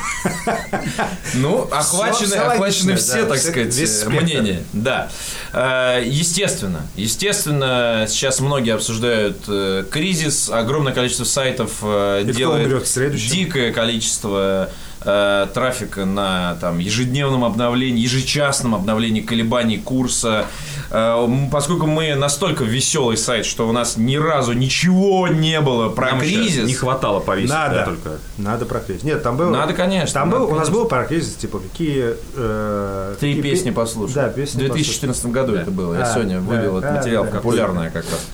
Speaker 1: Ну, охвачены,
Speaker 2: всё логично,
Speaker 1: охвачены все,
Speaker 2: да,
Speaker 1: так
Speaker 2: все-
Speaker 1: сказать,
Speaker 2: весь
Speaker 1: э,
Speaker 2: спектр.
Speaker 1: мнения. Да. Э, Естественно, естественно, сейчас многие обсуждают э, кризис, огромное количество сайтов э,
Speaker 2: кто
Speaker 1: делает
Speaker 2: умрет следующим?
Speaker 1: дикое количество э, трафика на там, ежедневном обновлении, ежечасном обновлении колебаний курса. Э, м, Поскольку мы настолько веселый сайт, что у нас ни разу ничего не было про
Speaker 3: Нам еще
Speaker 1: кризис.
Speaker 3: Не хватало повесить, да,
Speaker 2: Надо.
Speaker 3: только.
Speaker 2: Надо про кризис. Нет, там было.
Speaker 1: Надо, конечно,
Speaker 2: Там
Speaker 1: надо,
Speaker 2: был, у нас
Speaker 1: конечно.
Speaker 2: был про кризис, типа, какие... э,
Speaker 1: Три
Speaker 2: какие
Speaker 1: песни
Speaker 2: пе-
Speaker 1: послушать.
Speaker 2: Да, песни
Speaker 1: В 2014 году это было. Я
Speaker 2: А,
Speaker 1: сегодня
Speaker 2: да,
Speaker 1: вывел этот
Speaker 2: да,
Speaker 1: материал,
Speaker 2: да, да.
Speaker 1: популярное как раз.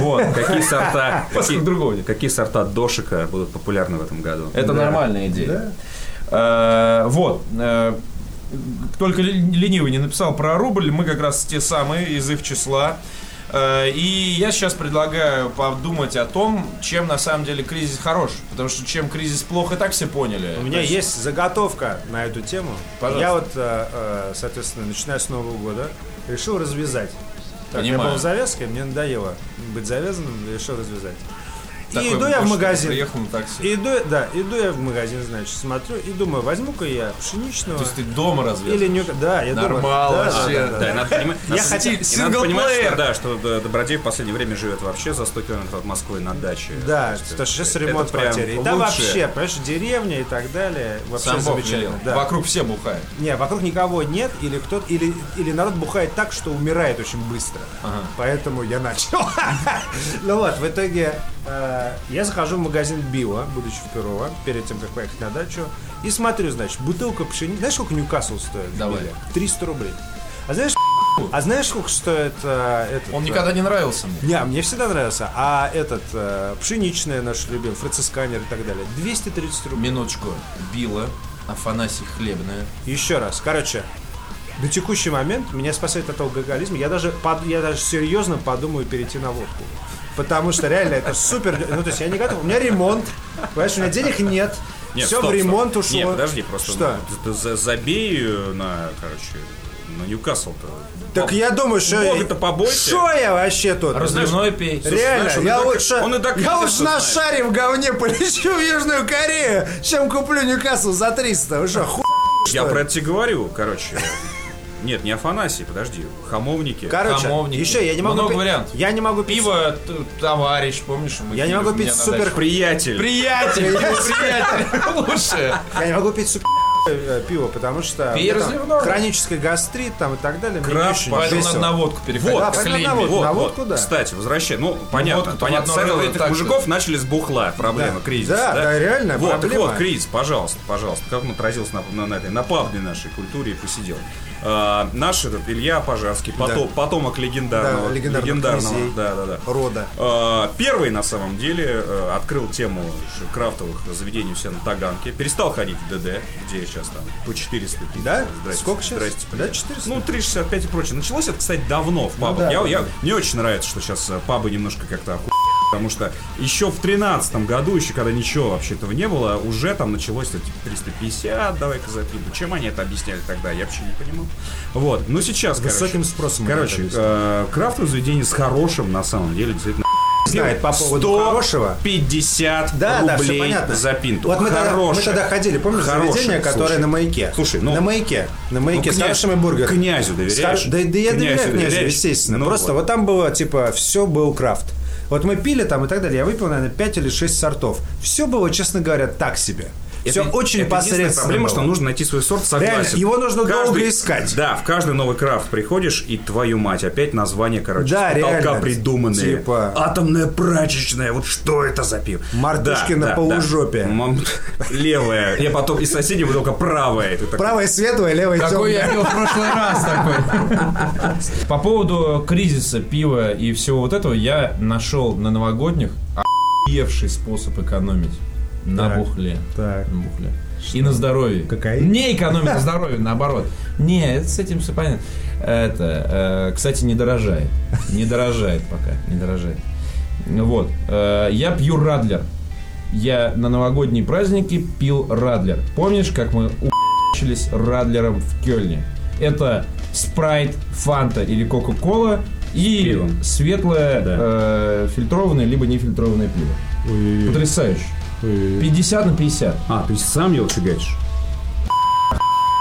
Speaker 1: Вот.
Speaker 3: Какие сорта, какие,
Speaker 1: Поскольку другого нет.
Speaker 3: какие сорта дошика будут популярны в этом году?
Speaker 1: Это
Speaker 2: Да.
Speaker 1: нормальная идея. Э, Вот. э, Только ли- ленивый не написал про рубль. Мы как раз те самые из их числа. Э, И я сейчас предлагаю подумать о том, чем на самом деле кризис хорош. Потому что чем кризис плохо, так все поняли.
Speaker 2: У меня есть заготовка на эту тему.
Speaker 1: Пожалуйста.
Speaker 2: Я вот, э, э, соответственно, начиная с Нового года, решил развязать. Так,
Speaker 1: Понимаю.
Speaker 2: Я был в завязке, мне надоело быть завязанным, решил развязать.
Speaker 1: Такой
Speaker 2: и иду я в
Speaker 1: больше
Speaker 2: магазин.
Speaker 1: Приехал ну на такси.
Speaker 2: Иду, да, иду я в магазин, значит, смотрю и думаю, возьму-ка я пшеничного
Speaker 1: То есть ты дома разве?
Speaker 2: или нюк... Да, я думаю,
Speaker 1: Нормал
Speaker 2: да, да,
Speaker 1: вообще.
Speaker 2: да, да,
Speaker 3: Да, и надо понимать,
Speaker 2: Я
Speaker 3: на самом
Speaker 2: хотел-
Speaker 3: деле, и надо понимать,
Speaker 1: синглплеер.
Speaker 3: что, да, что э, Добродеев в последнее время живет вообще за 100 километров от Москвы на даче.
Speaker 2: Да,
Speaker 3: То есть,
Speaker 2: потому что сейчас
Speaker 3: это
Speaker 2: ремонт
Speaker 3: прям
Speaker 2: потерян. И там
Speaker 3: лучше.
Speaker 2: вообще, понимаешь, деревня и так далее. Вообще
Speaker 1: Сам Бог велел.
Speaker 2: замечательно. Да.
Speaker 1: Вокруг все бухают.
Speaker 2: Не, вокруг никого нет, или кто-то, или, или народ бухает так, что умирает очень быстро. Поэтому я начал. Ну вот, в итоге э, я захожу в магазин Бива, будучи в Перово, перед тем, как поехать на дачу, и смотрю, значит, бутылка пшеницы. Знаешь, сколько Ньюкасл стоит? в
Speaker 5: Давай.
Speaker 2: Билле? 300 рублей. А знаешь, а знаешь, сколько стоит э, этот,
Speaker 5: Он
Speaker 2: э,
Speaker 5: никогда не нравился мне.
Speaker 2: Не, мне всегда нравился. А этот, э, пшеничная наш любимый, францисканер и так далее, 230 рублей.
Speaker 5: Минуточку. Била, Афанасий Хлебная.
Speaker 2: Еще раз, короче, на текущий момент меня спасает от алкоголизма. Я даже, под- я даже серьезно подумаю перейти на водку. Потому что реально это супер. Ну, то есть я не готов. У меня ремонт. Понимаешь, у меня денег нет.
Speaker 3: Нет,
Speaker 2: Все
Speaker 3: стоп,
Speaker 2: в
Speaker 3: стоп.
Speaker 2: ремонт ушло.
Speaker 3: Нет, подожди, просто
Speaker 2: Что?
Speaker 3: ну, ты за- забей э, на, короче, на Ньюкасл-то.
Speaker 2: Так я думаю, что...
Speaker 3: Бога-то побойся. А
Speaker 2: Что я вообще тут?
Speaker 5: Разливной пей.
Speaker 2: А Реально,
Speaker 3: знаешь, он
Speaker 2: я
Speaker 3: и так-
Speaker 2: лучше,
Speaker 3: он и так
Speaker 2: я
Speaker 3: везде
Speaker 2: лучше
Speaker 3: всё
Speaker 2: на
Speaker 3: знает.
Speaker 2: шаре в говне полечу в Южную Корею, чем куплю Ньюкасл за 300. Вы что, ху...
Speaker 3: Я
Speaker 2: что?
Speaker 3: про это тебе говорю, короче. Нет, не Афанасий, подожди. Хамовники.
Speaker 2: Короче,
Speaker 5: Хамовники.
Speaker 2: еще я не могу...
Speaker 5: Много
Speaker 2: пи-
Speaker 5: вариантов.
Speaker 2: Я не могу пить...
Speaker 5: Пиво, т- товарищ, помнишь? мы
Speaker 2: Я не
Speaker 5: пили
Speaker 2: могу
Speaker 5: у меня
Speaker 2: пить
Speaker 5: на
Speaker 2: супер-
Speaker 5: даче.
Speaker 3: Приятель.
Speaker 5: Приятель, его приятель. Лучше.
Speaker 2: А Я не могу пить суп... э, пиво, потому что...
Speaker 5: Пей
Speaker 2: у меня там
Speaker 5: разливное.
Speaker 2: Хронический гастрит там и так далее. мне
Speaker 3: Краб,
Speaker 2: не очень
Speaker 5: Поэтому
Speaker 2: весело.
Speaker 5: надо на водку переходить.
Speaker 3: Вот,
Speaker 2: Да,
Speaker 5: к
Speaker 2: поэтому
Speaker 5: хлебе.
Speaker 2: на водку.
Speaker 3: Вот,
Speaker 2: на
Speaker 3: вот.
Speaker 2: водку, да.
Speaker 3: Кстати, возвращай. Ну, понятно,
Speaker 5: водку-то
Speaker 3: понятно.
Speaker 5: в одно
Speaker 3: Сами
Speaker 5: рыло
Speaker 3: этих
Speaker 5: так-то.
Speaker 3: мужиков начали с бухла.
Speaker 2: Да.
Speaker 3: Проблема, кризис.
Speaker 2: Да, да, реально,
Speaker 3: Вот, так
Speaker 2: проблема.
Speaker 3: вот, кризис, пожалуйста, пожалуйста. Как он отразился на, на, на этой, на пабной нашей культуре и посидел. А, наш этот Илья Пожарский, потом- потомок легендарного.
Speaker 2: Да, легендарных князей.
Speaker 3: да, да, да.
Speaker 2: Рода.
Speaker 3: Э, Первый, на самом деле, э, открыл тему ш- крафтовых заведений у себя на Таганке. Перестал ходить в ДД, где сейчас там по 400 пить.
Speaker 2: Да?
Speaker 3: Здрасте,
Speaker 2: Сколько сейчас?
Speaker 3: здрасте,
Speaker 2: Да,
Speaker 3: привет.
Speaker 2: 400?
Speaker 3: Ну, 3,65 и прочее. Началось это, кстати, давно в пабах.
Speaker 2: да.
Speaker 3: Я- я- мне очень нравится, что сейчас э, пабы немножко как-то оху- Потому что еще в тринадцатом году, еще когда ничего вообще этого не было, уже там началось это, типа 350, давай-ка за пиво. Чем они это объясняли тогда, я вообще не понимал. Вот, но сейчас, короче,
Speaker 2: Высоким спросом
Speaker 3: Короче,
Speaker 2: они это
Speaker 3: э, крафтовое заведение с хорошим, на самом деле, действительно
Speaker 2: Знает по поводу хорошего.
Speaker 3: 50
Speaker 2: Да, да, все
Speaker 3: рублей
Speaker 2: понятно.
Speaker 3: за пинту.
Speaker 2: Вот мы тогда, мы
Speaker 3: Хорошее.
Speaker 2: тогда ходили, помнишь,
Speaker 3: Хорошее,
Speaker 2: заведение, которое
Speaker 3: слушай.
Speaker 2: на маяке.
Speaker 3: Слушай, ну-
Speaker 2: на маяке. На
Speaker 3: Ну,
Speaker 2: маяке с
Speaker 3: князь-
Speaker 2: хорошими бургерами.
Speaker 3: Князю доверяешь?
Speaker 2: Стар- Да, да я доверяю князю,
Speaker 3: доверяешь?
Speaker 2: естественно.
Speaker 3: Ну
Speaker 2: Просто
Speaker 3: вот.
Speaker 2: вот. там было, типа, все был крафт. Вот мы пили там и так далее. Я выпил, наверное, 5 или 6 сортов. Все было, честно говоря, так себе. Все
Speaker 3: Это-
Speaker 2: очень
Speaker 3: это единственная
Speaker 2: посредственно.
Speaker 3: Проблема,
Speaker 2: было.
Speaker 3: что нужно найти свой сорт, согласен.
Speaker 2: Реально, его нужно долго искать.
Speaker 3: Да, в каждый новый крафт приходишь, и твою мать, опять название, короче,
Speaker 2: Да,
Speaker 3: с потолка
Speaker 2: реально,
Speaker 3: придуманные.
Speaker 2: типа-
Speaker 3: Атомная прачечная, вот что это за пиво?
Speaker 2: Мартышки на полужопе.
Speaker 3: Мам- Левая. Я потом из соседнего только правая.
Speaker 2: Правое светлое, левое
Speaker 5: Какой я
Speaker 2: темное.
Speaker 5: пил в прошлый раз такой.
Speaker 1: По поводу кризиса пива и всего вот этого я нашел на новогодних охуевший способ экономить на
Speaker 2: Так.
Speaker 1: бухле.
Speaker 2: Так.
Speaker 1: На бухле. И на здоровье.
Speaker 2: Кокаин?
Speaker 1: Не экономить на здоровье, наоборот. Не, это с этим все понятно. Это, э, кстати, не дорожает. Не дорожает пока, не дорожает. Вот. Э, я пью Радлер. Я на новогодние праздники пил Радлер. Помнишь, как мы учились Радлером в Кёльне? Это спрайт, фанта или кока-кола и
Speaker 3: пивом.
Speaker 1: светлое э, фильтрованное либо нефильтрованное пиво. Потрясающе. 50 на 50.
Speaker 3: А, ты сам его фигачишь?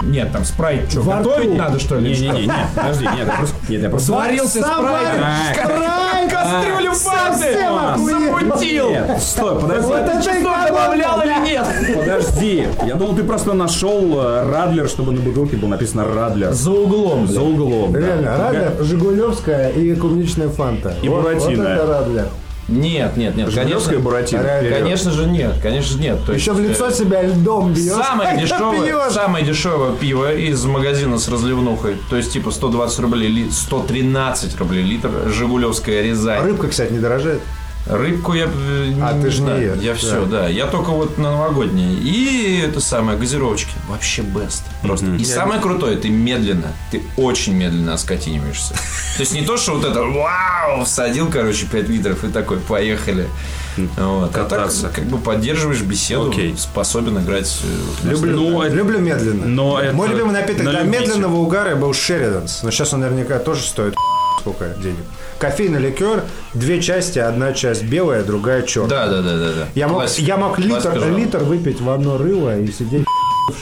Speaker 1: Нет, там спрайт что,
Speaker 2: Во
Speaker 1: готовить
Speaker 2: рту.
Speaker 1: надо, что ли? или что?
Speaker 3: Не-не-не, нет, подожди, нет, я просто... Нет, я просто...
Speaker 1: Сварился спрайт.
Speaker 3: А,
Speaker 1: Кастрюлю
Speaker 3: а,
Speaker 1: фанты! Замутил!
Speaker 3: Нет, стой, подожди.
Speaker 1: Чеснок добавлял или нет?
Speaker 3: Подожди, я думал, ты просто нашел э, Радлер, чтобы на бутылке было написано Радлер.
Speaker 1: За углом,
Speaker 3: За
Speaker 1: блядь.
Speaker 3: углом. да.
Speaker 2: Реально, Радлер, Жигулевская и клубничная фанта.
Speaker 3: И
Speaker 2: вот, вот
Speaker 3: Буратино.
Speaker 2: это Радлер.
Speaker 1: Нет, нет, нет,
Speaker 3: Жигулевская
Speaker 1: конечно.
Speaker 3: Буратино.
Speaker 2: Реально.
Speaker 1: Конечно же нет, конечно же нет. То
Speaker 2: Еще в
Speaker 1: есть,
Speaker 2: лицо
Speaker 1: э,
Speaker 2: себя льдом бьешь.
Speaker 1: Самое дешевое,
Speaker 2: Пьешь.
Speaker 1: самое дешевое пиво из магазина с разливнухой, то есть типа 120 рублей, ли- 113 рублей литр, Жигулевская Рязань.
Speaker 2: Рыбка, кстати, не дорожает.
Speaker 1: Рыбку я э, не,
Speaker 2: А, ты ж не
Speaker 1: знаю.
Speaker 2: ешь,
Speaker 1: Я
Speaker 2: да.
Speaker 1: все, да. Я только вот на новогодние. И это самое, газировочки. Вообще best. Просто. И самое крутое, ты медленно, ты очень медленно оскотиниваешься. То есть не то, что вот это вау, всадил, короче, 5 литров и такой, поехали. Вот. А так,
Speaker 3: Кататься.
Speaker 1: как бы поддерживаешь беседу,
Speaker 3: Окей.
Speaker 1: способен играть. э, вот на
Speaker 3: Люблю. Ну, это-
Speaker 2: Люблю медленно.
Speaker 3: но это
Speaker 2: Мой любимый напиток
Speaker 3: на
Speaker 2: для
Speaker 3: любителя.
Speaker 2: медленного угара был Шериданс. Но сейчас он наверняка тоже стоит сколько денег. Кофейный ликер, две части, одна часть белая, другая черная.
Speaker 1: Да, да, да, да, да.
Speaker 2: Я мог,
Speaker 1: Классика.
Speaker 2: я мог литр,
Speaker 1: Классика жанра.
Speaker 2: литр выпить в одно рыло и сидеть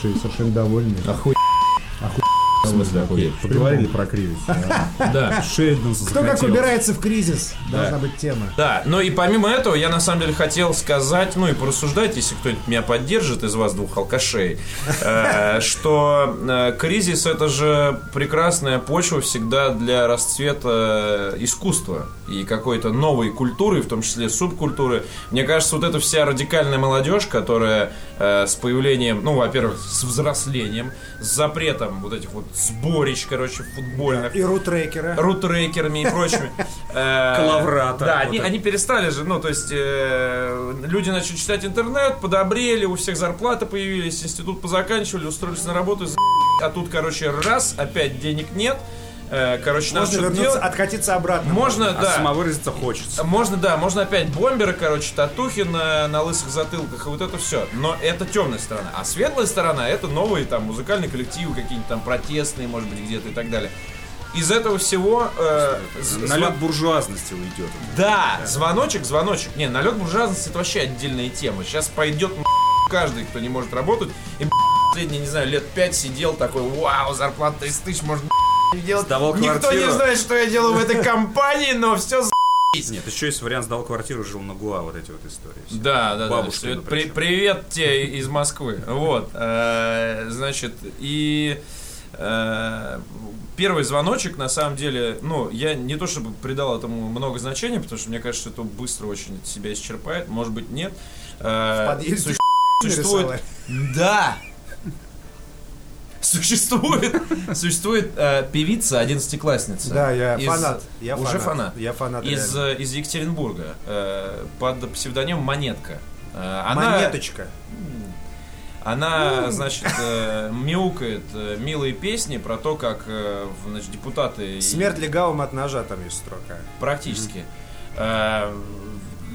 Speaker 2: и совершенно довольный.
Speaker 6: В смысле,
Speaker 7: окей.
Speaker 6: Поговорили про кризис.
Speaker 7: Да.
Speaker 6: Шеридан
Speaker 8: Кто как
Speaker 6: захотел.
Speaker 8: убирается в кризис, должна быть тема.
Speaker 1: Да, но и помимо этого я на самом деле хотел сказать, ну и порассуждать, если кто-нибудь меня поддержит из вас двух алкашей, э, что э, кризис это же прекрасная почва всегда для расцвета э, искусства и какой-то новой культуры, в том числе субкультуры. Мне кажется, вот эта вся радикальная молодежь, которая э, с появлением, ну, во-первых, с взрослением, с запретом вот этих вот сборищ, короче, футбольных,
Speaker 2: И рутрекера.
Speaker 1: рутрекерами и прочими. Калаврата. Да, они, они перестали же, ну, то есть э, люди начали читать интернет, подобрели, у всех зарплаты появились, институт позаканчивали, устроились на работу, и за***. а тут, короче, раз, опять денег нет, Э, короче, надо
Speaker 2: Можно
Speaker 1: что-то
Speaker 2: вернуться,
Speaker 1: делать.
Speaker 2: откатиться обратно.
Speaker 1: Можно,
Speaker 3: А
Speaker 1: да.
Speaker 3: самовыразиться хочется.
Speaker 1: Можно, да, можно опять бомберы, короче, татухи на, на лысых затылках, и вот это все. Но это темная сторона. А светлая сторона это новые там музыкальные коллективы, какие-нибудь там протестные, может быть, где-то и так далее. Из этого всего... э, з-
Speaker 3: Налет буржуазности уйдет.
Speaker 1: да, звоночек, звоночек. Не, налет буржуазности это вообще отдельная тема. Сейчас пойдет м, каждый, кто не может работать. И м, последние, не знаю, лет пять сидел такой, вау, зарплата 30 тысяч, можно м, не делать.
Speaker 3: Сдавал
Speaker 1: Никто не
Speaker 3: квартиру.
Speaker 1: знает, что я делаю в этой компании, но все
Speaker 3: Нет, еще есть вариант, сдал квартиру, жил на Гуа, вот эти вот истории. все.
Speaker 1: Да, да,
Speaker 3: Бабушкина
Speaker 1: да. что это
Speaker 3: причем.
Speaker 1: при- привет тебе из Москвы. Вот. э, Значит, и э, первый звоночек, на самом деле, ну, я не то чтобы придал этому много значения, потому что мне кажется, что это быстро очень себя исчерпает. Может быть, нет. Э,
Speaker 2: подъезде
Speaker 1: суще-
Speaker 2: нарисовали.
Speaker 1: Существует... Да! Существует, существует э, певица, одиннадцатиклассница.
Speaker 2: Да, я
Speaker 1: из-
Speaker 2: фанат. Я
Speaker 1: уже
Speaker 2: фанат.
Speaker 1: фанат.
Speaker 2: Я фанат.
Speaker 1: Из,
Speaker 2: реально.
Speaker 1: э, из Екатеринбурга э, под псевдонимом Монетка. Э, Она,
Speaker 2: Монеточка.
Speaker 1: она значит, э, мяукает э, милые песни про то, как э, в- значит, депутаты... и-
Speaker 2: Смерть легавым от ножа там есть строка.
Speaker 1: Практически. Э,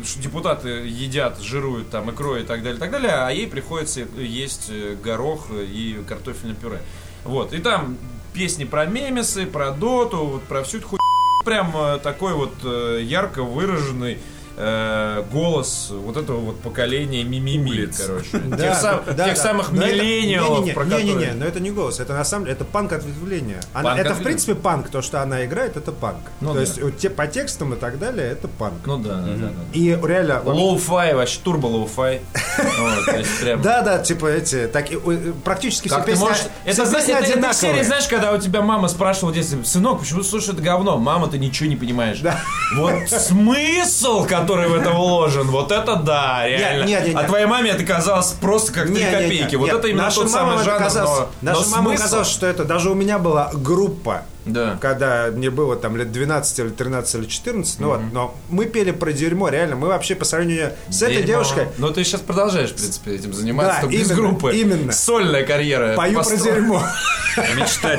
Speaker 1: ш- Депутаты едят, жируют там икрой и так далее, и так далее, а ей приходится есть э, горох и картофельное пюре. Вот, и там песни про мемесы, про доту, вот про всю эту хуйню. Прям э, такой вот э, ярко выраженный э, голос вот этого вот поколения мимими, короче.
Speaker 2: Да,
Speaker 1: Тех сам-
Speaker 2: да,
Speaker 1: тех
Speaker 2: да.
Speaker 1: самых
Speaker 2: Но это-
Speaker 1: миллениалов, про
Speaker 2: Не-не-не, не-не-не,
Speaker 1: которые...
Speaker 2: но это не голос, это на самом деле, это панк ответвление. Она-
Speaker 1: Панк
Speaker 2: Это, в
Speaker 1: ответвление.
Speaker 2: принципе, панк, то, что она играет, это панк.
Speaker 7: Ну
Speaker 2: То
Speaker 7: да.
Speaker 2: есть, вот те по текстам и так далее, это панк.
Speaker 7: Ну да, да, да, да.
Speaker 2: И реально...
Speaker 1: ну,
Speaker 2: вот-
Speaker 1: Лоу-фай, вообще турбо лоу-фай. Вот, то есть прям-
Speaker 2: Да, да, типа эти, так, и, э, практически
Speaker 1: Как
Speaker 2: все
Speaker 1: ты
Speaker 2: песни,
Speaker 1: можешь...
Speaker 2: все
Speaker 1: Это, зна-
Speaker 2: песни
Speaker 1: это- это
Speaker 2: одинаковые.
Speaker 7: Серия,
Speaker 1: серия,
Speaker 7: знаешь, когда у тебя мама спрашивала в детстве, сынок, почему ты слушаешь это говно? Мама, ты ничего не понимаешь.
Speaker 2: Да.
Speaker 7: Вот смысл, который в это вложен, вот это да, реально.
Speaker 2: нет, нет,
Speaker 7: А
Speaker 2: нет.
Speaker 7: твоей маме это казалось просто как три
Speaker 2: Не, не, не,
Speaker 7: копейки. Вот
Speaker 2: нет.
Speaker 7: это именно
Speaker 2: Нашим
Speaker 7: тот самый
Speaker 2: мамам это
Speaker 7: жанр,
Speaker 2: казалось-
Speaker 7: но, но
Speaker 2: Нашим мамам
Speaker 7: смысл-
Speaker 2: казалось, что это... Даже у меня была группа,
Speaker 7: Да.
Speaker 2: когда мне было там лет 12 или 13 или 14, ну вот, но мы пели про дерьмо, реально, мы вообще по сравнению с этой
Speaker 7: Дерьмо.
Speaker 2: девушкой
Speaker 7: Но Ну, ты сейчас продолжаешь, в принципе, этим заниматься,
Speaker 2: Да,
Speaker 7: только без
Speaker 2: именно,
Speaker 7: группы.
Speaker 2: именно.
Speaker 7: Сольная карьера.
Speaker 2: пою про
Speaker 7: Постро-
Speaker 2: дерьмо.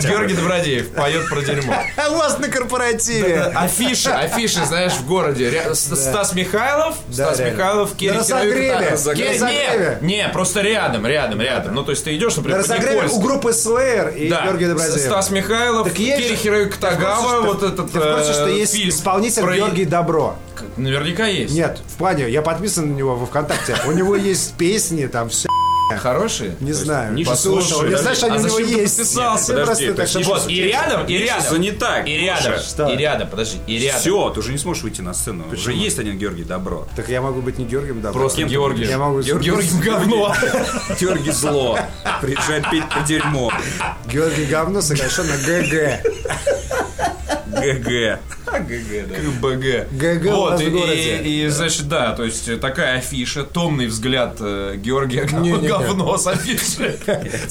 Speaker 7: Георгий Добродеев поет про дерьмо.
Speaker 2: А у вас на корпоративе.
Speaker 7: Афиши, афиши, знаешь, в городе. Ря- С- Стас Михайлов, Стас
Speaker 2: реально.
Speaker 7: Михайлов, Кирилл
Speaker 2: На разогреве, на разогреве.
Speaker 7: Не, не, просто рядом, рядом, рядом. Ну, то есть ты идешь,
Speaker 2: На
Speaker 7: например, по
Speaker 2: разогреве у
Speaker 7: Никольской.
Speaker 2: группы Slayer и
Speaker 7: Да,
Speaker 2: Георгия Добродеева.
Speaker 7: С- Стас Михайлов,
Speaker 2: Так есть же-
Speaker 7: Кири Херой Катагава,
Speaker 2: Ты в курсе,
Speaker 7: вот
Speaker 2: что-
Speaker 7: этот
Speaker 2: Ты в курсе, что
Speaker 7: э,
Speaker 2: есть
Speaker 7: фильм
Speaker 2: исполнитель
Speaker 7: про-
Speaker 2: Георгий Добро?
Speaker 7: Наверняка есть.
Speaker 2: Нет, в плане, я подписан на него во ВКонтакте. У него есть песни, там все.
Speaker 7: Хорошие?
Speaker 2: Не знаю.
Speaker 7: не
Speaker 2: Послушал.
Speaker 7: послушай,
Speaker 2: Я знаю, что
Speaker 7: подожди,
Speaker 2: они у
Speaker 7: а
Speaker 2: него
Speaker 7: зачем ты
Speaker 2: есть.
Speaker 7: подписался?
Speaker 2: Я
Speaker 3: Подожди,
Speaker 2: просто
Speaker 3: это
Speaker 2: так,
Speaker 3: ж не
Speaker 2: чтобы-
Speaker 7: Вот, и рядом, и
Speaker 3: Сейчас
Speaker 7: рядом.
Speaker 3: занята,
Speaker 7: И рядом,
Speaker 2: Что?
Speaker 7: и рядом, подожди, и рядом.
Speaker 3: Все, ты уже не сможешь выйти на сцену. Уже есть один Георгий Добро.
Speaker 2: Так я могу быть не Георгием Добро.
Speaker 7: Просто
Speaker 3: Кем ты
Speaker 7: Георгий.
Speaker 2: Я могу-
Speaker 7: Георгий говно.
Speaker 3: Георгий Зло. Приезжает петь про дерьмо.
Speaker 2: Георгий говно сокращенно ГГ.
Speaker 3: А, ГГ.
Speaker 7: КБГ.
Speaker 2: ГГ у
Speaker 7: Вот,
Speaker 2: нас
Speaker 7: и,
Speaker 2: в городе.
Speaker 7: и- и, значит, да, то есть э, такая афиша, томный взгляд э, Георгия Гов-
Speaker 2: Не-не-не.
Speaker 7: говно с афиши.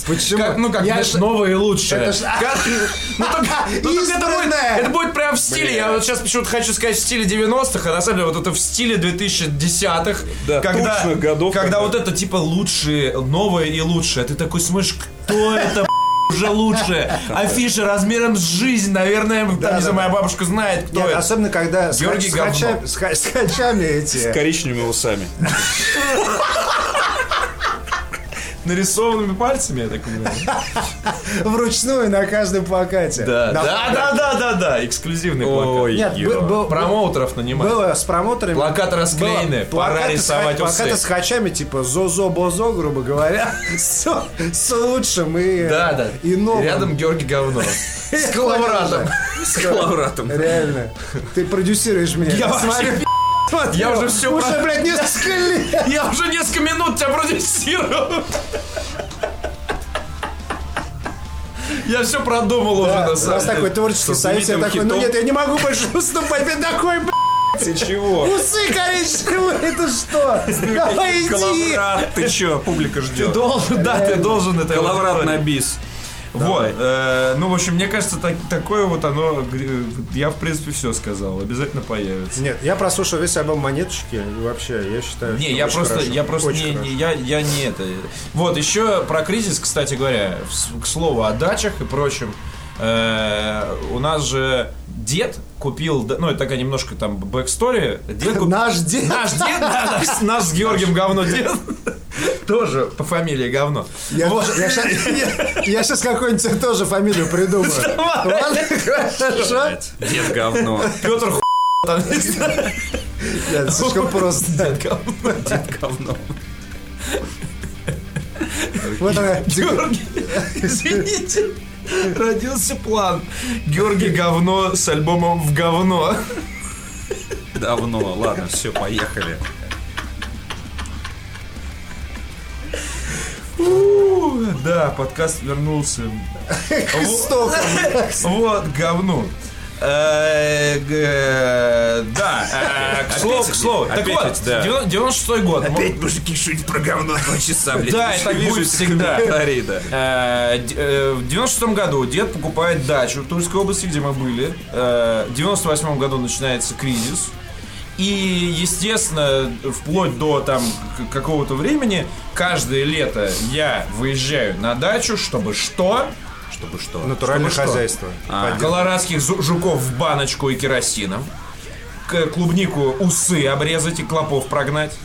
Speaker 2: Почему?
Speaker 7: Как, ну, как,
Speaker 2: Я
Speaker 7: знаешь,
Speaker 2: ж-
Speaker 7: новое и лучшее.
Speaker 2: Это ж-
Speaker 7: Как- Ну, только- ну, только это будет-
Speaker 2: Избранное.
Speaker 7: это будет прям в стиле, я вот сейчас почему-то хочу сказать в стиле 90-х, а на самом деле вот это в стиле 2010-х.
Speaker 3: Да,
Speaker 7: когда,
Speaker 3: тучных годов,
Speaker 7: Когда
Speaker 3: когда-
Speaker 7: вот это типа лучшее, новое и лучшее. Ты такой смотришь, кто это уже лучше. Афиша размером с жизнь, наверное, там, не знаю, моя бабушка знает, кто
Speaker 2: Нет,
Speaker 7: это.
Speaker 2: особенно когда с
Speaker 7: Георгий
Speaker 2: хач- с
Speaker 7: говно.
Speaker 2: хачами- с ха- с хачами эти.
Speaker 3: Коричневыми усами.
Speaker 9: нарисованными пальцами, я так понимаю.
Speaker 8: Вручную на каждом плакате.
Speaker 9: Да,
Speaker 8: На-
Speaker 9: да, да, да, да, да, эксклюзивный плакат.
Speaker 3: Ой,
Speaker 8: Нет, бы-
Speaker 3: ё.
Speaker 8: был-
Speaker 9: Промоутеров нанимать.
Speaker 8: было с промоторами.
Speaker 9: Плакаты расклеены,
Speaker 8: было
Speaker 9: пора
Speaker 8: плакаты с ха-
Speaker 9: рисовать
Speaker 8: Плакаты
Speaker 9: усы.
Speaker 8: с хачами, типа Зозо-Бозо, грубо говоря, с, с лучшим и,
Speaker 9: Да, да.
Speaker 8: и новым.
Speaker 9: Рядом Георгий Говно. С коловратом.
Speaker 3: С коловратом.
Speaker 8: Реально. Ты продюсируешь меня.
Speaker 9: Я
Speaker 8: Смотри,
Speaker 9: вообще
Speaker 8: смотри,
Speaker 9: я уже всё
Speaker 8: Уже,
Speaker 9: про-
Speaker 8: блядь, несколько лет.
Speaker 9: Я уже несколько минут тебя продюсирую. Я все продумал уже,
Speaker 8: Да,
Speaker 9: на
Speaker 8: у нас
Speaker 9: самом
Speaker 8: такой
Speaker 9: деле.
Speaker 8: творческий
Speaker 3: С
Speaker 8: союз. Я
Speaker 3: знаменитым
Speaker 8: такой, ну
Speaker 3: хитом.
Speaker 8: нет, я не могу больше выступать. Я такой, блядь,
Speaker 3: Ты чего?
Speaker 8: усы коричневые, это что? Давай иди.
Speaker 3: Коловрат, ты чё, публика ждет.
Speaker 9: Должен, да, ты должен это.
Speaker 3: Коловрат на бис.
Speaker 1: Вот. э, ну, в общем, мне кажется, так- такое вот оно... э, Я, в принципе, все сказал. Обязательно появится.
Speaker 2: Нет, я прослушал весь альбом «Монеточки», и вообще, я считаю,
Speaker 1: Не,
Speaker 2: что
Speaker 1: я
Speaker 2: очень
Speaker 1: просто,
Speaker 2: хорошо.
Speaker 1: я просто
Speaker 2: Очень
Speaker 1: не,
Speaker 2: хорошо.
Speaker 1: не- я, я не это. Вот еще про кризис, кстати говоря, в с- к слову о дачах и прочем. Э, у нас же дед купил, да- ну это такая немножко там бэкстори. Дед купил-
Speaker 8: Наш дед.
Speaker 1: Наш дед, да, да, наш с Георгием говно дед. Тоже по фамилии говно.
Speaker 8: Я, сейчас какую-нибудь тоже фамилию придумаю. Ладно, хорошо.
Speaker 3: Дед говно.
Speaker 1: Петр ху... там, не знаю,
Speaker 8: Нет, слишком просто.
Speaker 1: дед говно.
Speaker 3: Дед говно.
Speaker 8: Вот она.
Speaker 1: Георгий, извините, родился план. Георгий говно с альбомом в говно.
Speaker 3: Давно. Ладно, все, поехали.
Speaker 1: У, Да, подкаст вернулся.
Speaker 8: Стоп.
Speaker 1: Вот, говну. Э, г- э, Да, э, к слову, к слову. Так
Speaker 3: Опять
Speaker 1: вот,
Speaker 3: ведь, да.
Speaker 1: 96-й год.
Speaker 3: мужики шутят про говно два часа, блядь.
Speaker 1: Да, и так
Speaker 3: Вижу
Speaker 1: будет
Speaker 3: эти
Speaker 1: всегда.
Speaker 3: комментарии, да.
Speaker 1: Э, д- э, В 96 году дед покупает дачу в Тульской области, где мы были. Э, В 98 году начинается кризис. И, естественно, вплоть до там к- какого-то времени, каждое лето я выезжаю на дачу, чтобы что?
Speaker 3: Чтобы что?
Speaker 1: Ну,
Speaker 2: Натуральное
Speaker 1: Чтобы что? А.
Speaker 2: хозяйство.
Speaker 1: Колорадских зу- жуков в баночку и керосином. К- клубнику усы обрезать и клопов прогнать.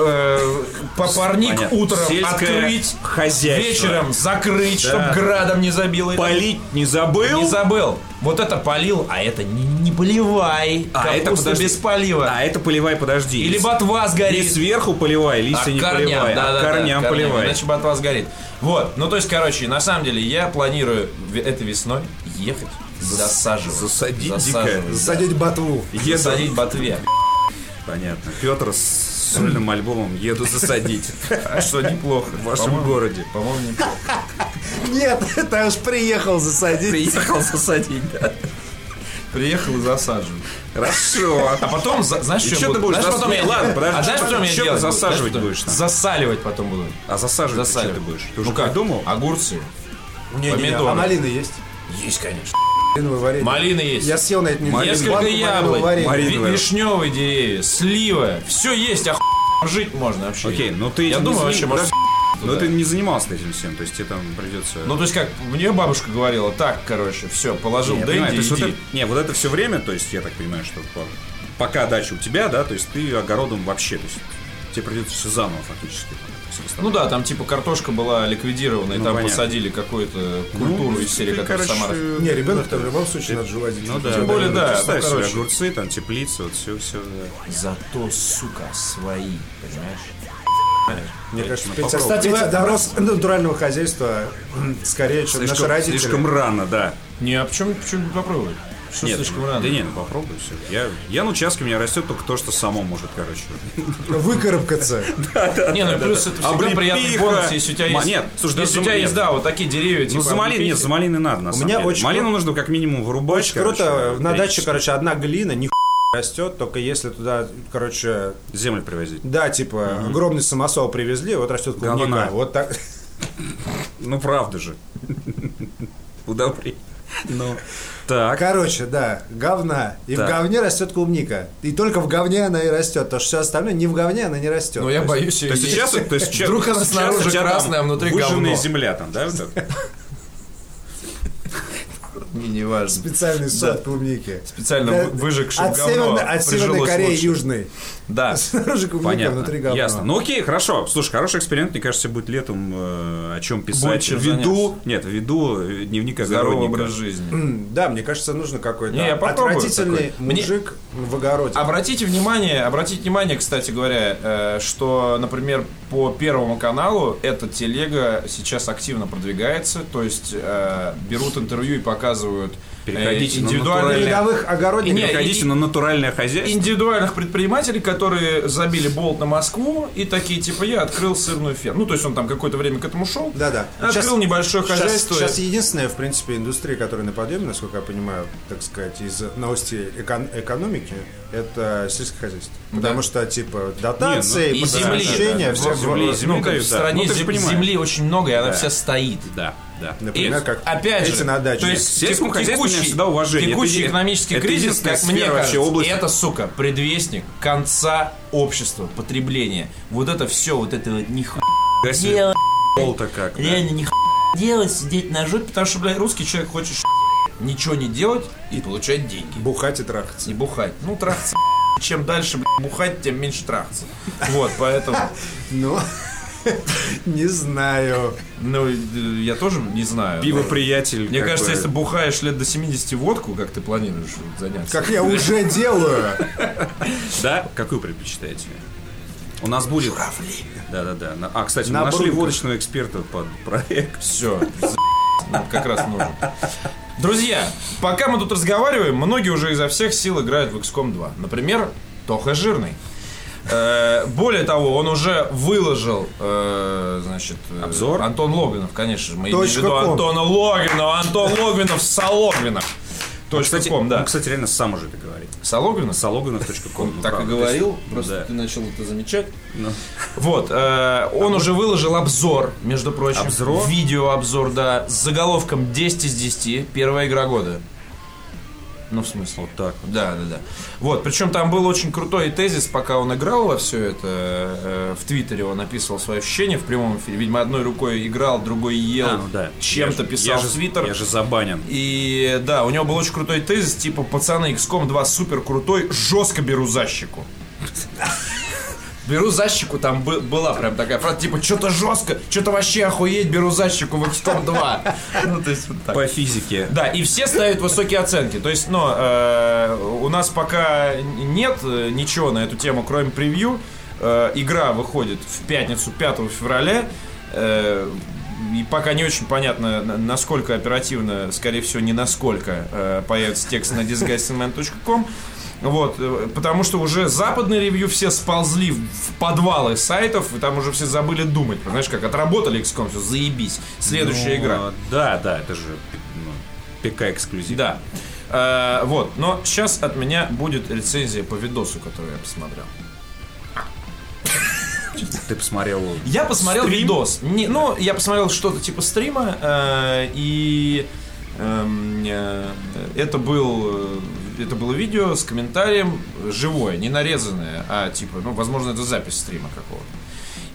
Speaker 1: Э, Попарник
Speaker 3: Понятно.
Speaker 1: утром
Speaker 3: Сельское
Speaker 1: открыть.
Speaker 3: хозяйство.
Speaker 1: Вечером закрыть,
Speaker 3: Да.
Speaker 1: чтобы градом не забило.
Speaker 3: Полить не забыл?
Speaker 1: Не забыл. Вот это полил, а это не, не поливай.
Speaker 3: А, это
Speaker 1: Капуста
Speaker 3: подожди.
Speaker 1: без полива.
Speaker 3: А это поливай, подожди.
Speaker 1: Или
Speaker 3: Лис-
Speaker 1: ботва
Speaker 3: Не
Speaker 1: сгорит.
Speaker 3: сверху поливай, листья не поливай,
Speaker 1: да, да,
Speaker 3: а
Speaker 1: да,
Speaker 3: корням поливай.
Speaker 1: Иначе бы от вас горит. Вот, ну то есть, короче, на самом деле я планирую в- этой весной ехать, засаживать.
Speaker 3: засадить
Speaker 1: Засаживать,
Speaker 3: дикое.
Speaker 1: да.
Speaker 8: Задеть ботву.
Speaker 3: Еду.
Speaker 1: Засадить ботве.
Speaker 3: Понятно. Петр с сольным альбомом «Еду засадить».
Speaker 1: Что неплохо.
Speaker 3: В вашем городе.
Speaker 1: По-моему, неплохо.
Speaker 8: Нет, это уж приехал засадить.
Speaker 3: Приехал засадить, да.
Speaker 1: Приехал и засаживаю.
Speaker 3: Хорошо.
Speaker 1: А потом, за- знаешь,
Speaker 3: И
Speaker 1: что,
Speaker 3: чё
Speaker 1: я
Speaker 3: ты
Speaker 1: буду-
Speaker 3: будешь
Speaker 1: Знаешь, потом
Speaker 3: зас-
Speaker 1: я...
Speaker 3: Ладно,
Speaker 1: а
Speaker 3: подожди,
Speaker 1: знаешь,
Speaker 3: чё-
Speaker 1: потом я
Speaker 3: чё ты
Speaker 1: делать буду?
Speaker 3: засаживать
Speaker 1: Знаешь,
Speaker 3: будешь
Speaker 1: что?
Speaker 3: там?
Speaker 1: Засаливать потом буду.
Speaker 3: А засаживать ты что
Speaker 1: Засаливать.
Speaker 3: ты будешь? А, Ты уже
Speaker 1: ну как,
Speaker 3: придумал?
Speaker 1: огурцы.
Speaker 2: Не-не-не,
Speaker 1: помидоры.
Speaker 2: А малина есть?
Speaker 1: Есть, конечно.
Speaker 2: Малиновое варенье.
Speaker 1: Малина есть.
Speaker 2: Я съел на этой неделе.
Speaker 1: Несколько
Speaker 2: банку малинового
Speaker 1: яблок,
Speaker 2: варенья.
Speaker 3: Мари-
Speaker 1: ви-
Speaker 3: Малиновое.
Speaker 1: вишневые деревья, слива. Все есть, а хуй жить можно вообще.
Speaker 3: Окей, ну ты...
Speaker 1: Я
Speaker 3: не
Speaker 1: думаю,
Speaker 3: зани-
Speaker 1: вообще, может,
Speaker 3: Ну
Speaker 1: туда.
Speaker 3: ты не занимался этим всем, то есть тебе там придется...
Speaker 1: Ну, то есть как, мне бабушка говорила, так, короче, все, положил
Speaker 3: Я понимаю,
Speaker 1: Дэнди,
Speaker 3: то есть вот
Speaker 1: иди.
Speaker 3: это, не, вот это все время, то есть я так понимаю, что по- пока дача у тебя, да, то есть ты огородом вообще, то есть тебе придется все заново фактически. там, то есть
Speaker 1: Ну
Speaker 3: восстанавливать.
Speaker 1: да, там типа картошка была ликвидирована, и
Speaker 3: Ну,
Speaker 1: там
Speaker 3: понятно.
Speaker 1: посадили какую-то культуру
Speaker 3: Ну,
Speaker 1: из серии,
Speaker 3: ты,
Speaker 1: которая
Speaker 3: короче,
Speaker 1: сама... растет.
Speaker 2: Не, ребенок-то в любом случае надо желать.
Speaker 3: Ну да,
Speaker 1: Тем более, да,
Speaker 3: Представь
Speaker 1: ну,
Speaker 3: себе,
Speaker 1: короче.
Speaker 3: огурцы, там теплицы, вот все, все.
Speaker 1: Зато, сука, свои, понимаешь?
Speaker 2: Мне кажется, Петя,
Speaker 3: попробуй.
Speaker 2: Петя дорос до натурального хозяйства м, скорее, чем наши
Speaker 3: Слишком,
Speaker 2: родители.
Speaker 3: слишком рано, да.
Speaker 1: Не, а почему, почему не попробовать? Что
Speaker 3: Нет,
Speaker 1: слишком рано?
Speaker 3: Да не, ну попробуй все. Я, я на участке, у меня растет только то, что само может, короче.
Speaker 8: Выкарабкаться.
Speaker 1: Не, ну плюс это всегда
Speaker 3: Облепиха.
Speaker 1: приятный бонус, если у тебя
Speaker 3: Ма-
Speaker 1: есть...
Speaker 3: нет, слушай, даже
Speaker 1: если у
Speaker 3: за-
Speaker 1: тебя
Speaker 3: нет.
Speaker 1: есть, да, вот такие деревья, типа...
Speaker 3: Ну, за малину, нет,
Speaker 1: облепихи.
Speaker 3: за малины надо, на
Speaker 2: У
Speaker 3: самом
Speaker 2: меня
Speaker 3: деле.
Speaker 2: очень
Speaker 3: Малину
Speaker 2: кру-
Speaker 3: нужно как минимум вырубать,
Speaker 2: Очень
Speaker 3: короче,
Speaker 2: круто. На
Speaker 3: периодически.
Speaker 2: даче, короче, одна глина, ни растет, только если туда, короче,
Speaker 3: Землю привозить.
Speaker 2: да, типа, огромный самосол привезли, вот растет клубника.
Speaker 3: Говна.
Speaker 2: Вот так.
Speaker 3: Ну, правда же. Удобрей. Ну, так.
Speaker 8: А Короче, да, говна. И
Speaker 3: Да.
Speaker 8: в говне растет клубника. И только в говне она и растет. Потому что все остальное не в говне, она не растет.
Speaker 9: Ну, я боюсь,
Speaker 3: То есть
Speaker 9: её
Speaker 3: сейчас,
Speaker 9: есть.
Speaker 3: то есть сейчас-
Speaker 9: Вдруг она
Speaker 3: сейчас
Speaker 9: снаружи
Speaker 3: у тебя там
Speaker 9: красная, а внутри
Speaker 3: выжженная
Speaker 9: говно.
Speaker 3: земля там, да? вот так?
Speaker 1: не, не важно.
Speaker 2: Специальный сорт
Speaker 1: Да.
Speaker 2: клубники.
Speaker 1: Специально
Speaker 8: Э,
Speaker 2: Да.
Speaker 1: вы- выжегший
Speaker 2: От,
Speaker 1: говно
Speaker 2: Северной, от Северной
Speaker 1: прижилось
Speaker 2: Кореи
Speaker 1: лучше.
Speaker 2: Южной.
Speaker 1: Да.
Speaker 2: Снаружи клубника,
Speaker 3: Понятно.
Speaker 2: внутри говно.
Speaker 3: Ясно. Ну окей, хорошо. Слушай, хороший эксперимент, мне кажется, будет летом э, о чем
Speaker 1: Будет
Speaker 3: писать.
Speaker 1: чем
Speaker 3: ввиду, нет, ввиду э, дневника
Speaker 1: Здоровый
Speaker 3: огородника.
Speaker 1: образ жизни.
Speaker 2: М, Да, мне кажется, нужно какой-то
Speaker 1: Не, я попробую
Speaker 2: отвратительный
Speaker 1: такой. Мне- А
Speaker 2: мужик в огороде.
Speaker 1: Обратите внимание, обратите внимание, кстати говоря, э, что, например, по Первому каналу эта телега сейчас активно продвигается, то есть э, берут интервью и показывают э,
Speaker 3: Переходите на
Speaker 1: индивидуальные...
Speaker 2: Рядовых огородников.
Speaker 1: Не,
Speaker 3: Переходите
Speaker 1: и-
Speaker 3: на натуральное хозяйство.
Speaker 1: индивидуальных предпринимателей, которые забили болт на Москву и такие, типа, я открыл сырную ферму. Ну, то есть он там какое-то время к этому шел.
Speaker 2: Да-да.
Speaker 1: Открыл
Speaker 2: Сейчас-
Speaker 1: небольшое хозяйство.
Speaker 2: Сейчас, единственная, в принципе, индустрия, которая на подъеме, насколько я понимаю, так сказать, из новостей экон- экономики, это сельское хозяйство. Потому что, типа, дотации,
Speaker 1: И ну, земли.
Speaker 2: подсвещение,
Speaker 1: да.
Speaker 2: все
Speaker 1: Земли,
Speaker 3: земли
Speaker 1: ну, как
Speaker 3: дают,
Speaker 1: в
Speaker 3: да.
Speaker 1: стране
Speaker 3: Ну, ты же
Speaker 1: зем-
Speaker 3: понимаешь.
Speaker 1: земли очень много, и она вся стоит.
Speaker 3: Да, да.
Speaker 2: Например,
Speaker 1: И
Speaker 2: как
Speaker 1: опять
Speaker 2: эти
Speaker 1: же,
Speaker 2: на даче.
Speaker 1: То есть
Speaker 3: К сельскому
Speaker 1: теку-
Speaker 3: хозяйству у меня всегда уважение.
Speaker 1: Текущий
Speaker 3: Это е-
Speaker 1: экономический
Speaker 3: это
Speaker 1: кризис,
Speaker 3: единственная
Speaker 1: как мне
Speaker 3: сфера вообще
Speaker 1: кажется,
Speaker 3: области.
Speaker 1: это, сука, предвестник конца общества, потребления. Вот это все, вот это вот нихуя
Speaker 3: Гасит пол-то как. да.
Speaker 1: реально нихуя делать, сидеть на жопе, потому что, блядь, русский человек хочет ничего не делать и получать деньги.
Speaker 2: бухать и трахаться.
Speaker 1: И бухать. Ну, трахаться. Чем дальше блядь, бухать, тем меньше трахаться. Вот, поэтому...
Speaker 2: Ну, не знаю.
Speaker 1: Ну, э, я тоже не знаю.
Speaker 3: Пиво
Speaker 1: но-
Speaker 3: приятель.
Speaker 1: Мне
Speaker 3: как
Speaker 1: кажется,
Speaker 3: бы.
Speaker 1: если бухаешь лет до 70 водку, как ты планируешь вот, заняться?
Speaker 2: Как я уже делаю.
Speaker 3: Да? Какую предпочитаете? У нас будет... Да, да, да. На- А, кстати,
Speaker 2: На
Speaker 3: мы нашли
Speaker 2: бруньках.
Speaker 3: водочного эксперта под проект.
Speaker 1: Все, ну, как раз нужно. Друзья, пока мы тут разговариваем, многие уже изо всех сил играют в XCOM 2. Например, Тоха Жирный. Э, Более того, он уже выложил, э, значит, э,
Speaker 3: Обзор?
Speaker 1: Антон Логвинов, конечно же, мы имеем в
Speaker 2: Точка
Speaker 1: виду
Speaker 2: ком.
Speaker 1: Антона Логвинова, Антон Логвинов, Сологвинов. Точка
Speaker 3: Кстати,
Speaker 1: ком, да.
Speaker 3: он, кстати, реально сам уже это говорит.
Speaker 1: Сологвинов?
Speaker 3: Сологунов.ком. ну,
Speaker 1: так
Speaker 3: правда.
Speaker 1: и говорил,
Speaker 3: То есть,
Speaker 1: просто
Speaker 3: да.
Speaker 1: ты начал это замечать.
Speaker 3: Ну.
Speaker 1: Вот, э, он уже выложил обзор, между прочим.
Speaker 3: Обзор?
Speaker 1: Видеообзор, да, с заголовком 10 из 10, первая игра года. Ну, в смысле. Вот так. Да, да, да. Вот, причем там был очень крутой тезис, пока он играл во все это. э, в Твиттере он описывал свои ощущения в прямом эфире. Видимо, одной рукой играл, другой ел,
Speaker 3: А, ну да.
Speaker 1: чем-то
Speaker 3: Я же-
Speaker 1: писал
Speaker 3: я же-
Speaker 1: в Твиттер.
Speaker 3: Я же забанен.
Speaker 1: И да, у него был очень крутой тезис, типа, пацаны, XCOM 2 супер крутой, жестко беру защику. Беру защику, там бы- была прям такая фраза, типа, что-то жестко, что-то вообще охуеть, беру защику в XCOM 2. Ну, то есть вот так.
Speaker 3: По физике.
Speaker 1: Да, и все ставят высокие оценки. То есть, но э, у нас пока нет э, ничего на эту тему, кроме превью. Э, игра выходит в пятницу 5 февраля. Э, и пока не очень понятно, на- насколько оперативно, скорее всего, не насколько э, появится текст на disgustingman.com. Вот, э, потому что уже западные ревью все сползли в- в подвалы сайтов, и там уже все забыли думать. Знаешь, как отработали XCOM, все, заебись. Следующая
Speaker 3: Ну,
Speaker 1: игра.
Speaker 3: Да, да, это же ну, ПК-эксклюзив.
Speaker 1: Да. Э, вот, но сейчас от меня будет рецензия по видосу, который я посмотрел.
Speaker 3: Ты посмотрел...
Speaker 1: Я посмотрел
Speaker 3: Стрим?
Speaker 1: видос. Не, ну, я посмотрел что-то типа стрима, э, и эм, э, это был э, это было видео с комментарием живое, не нарезанное, а типа, ну, возможно, это запись стрима какого-то.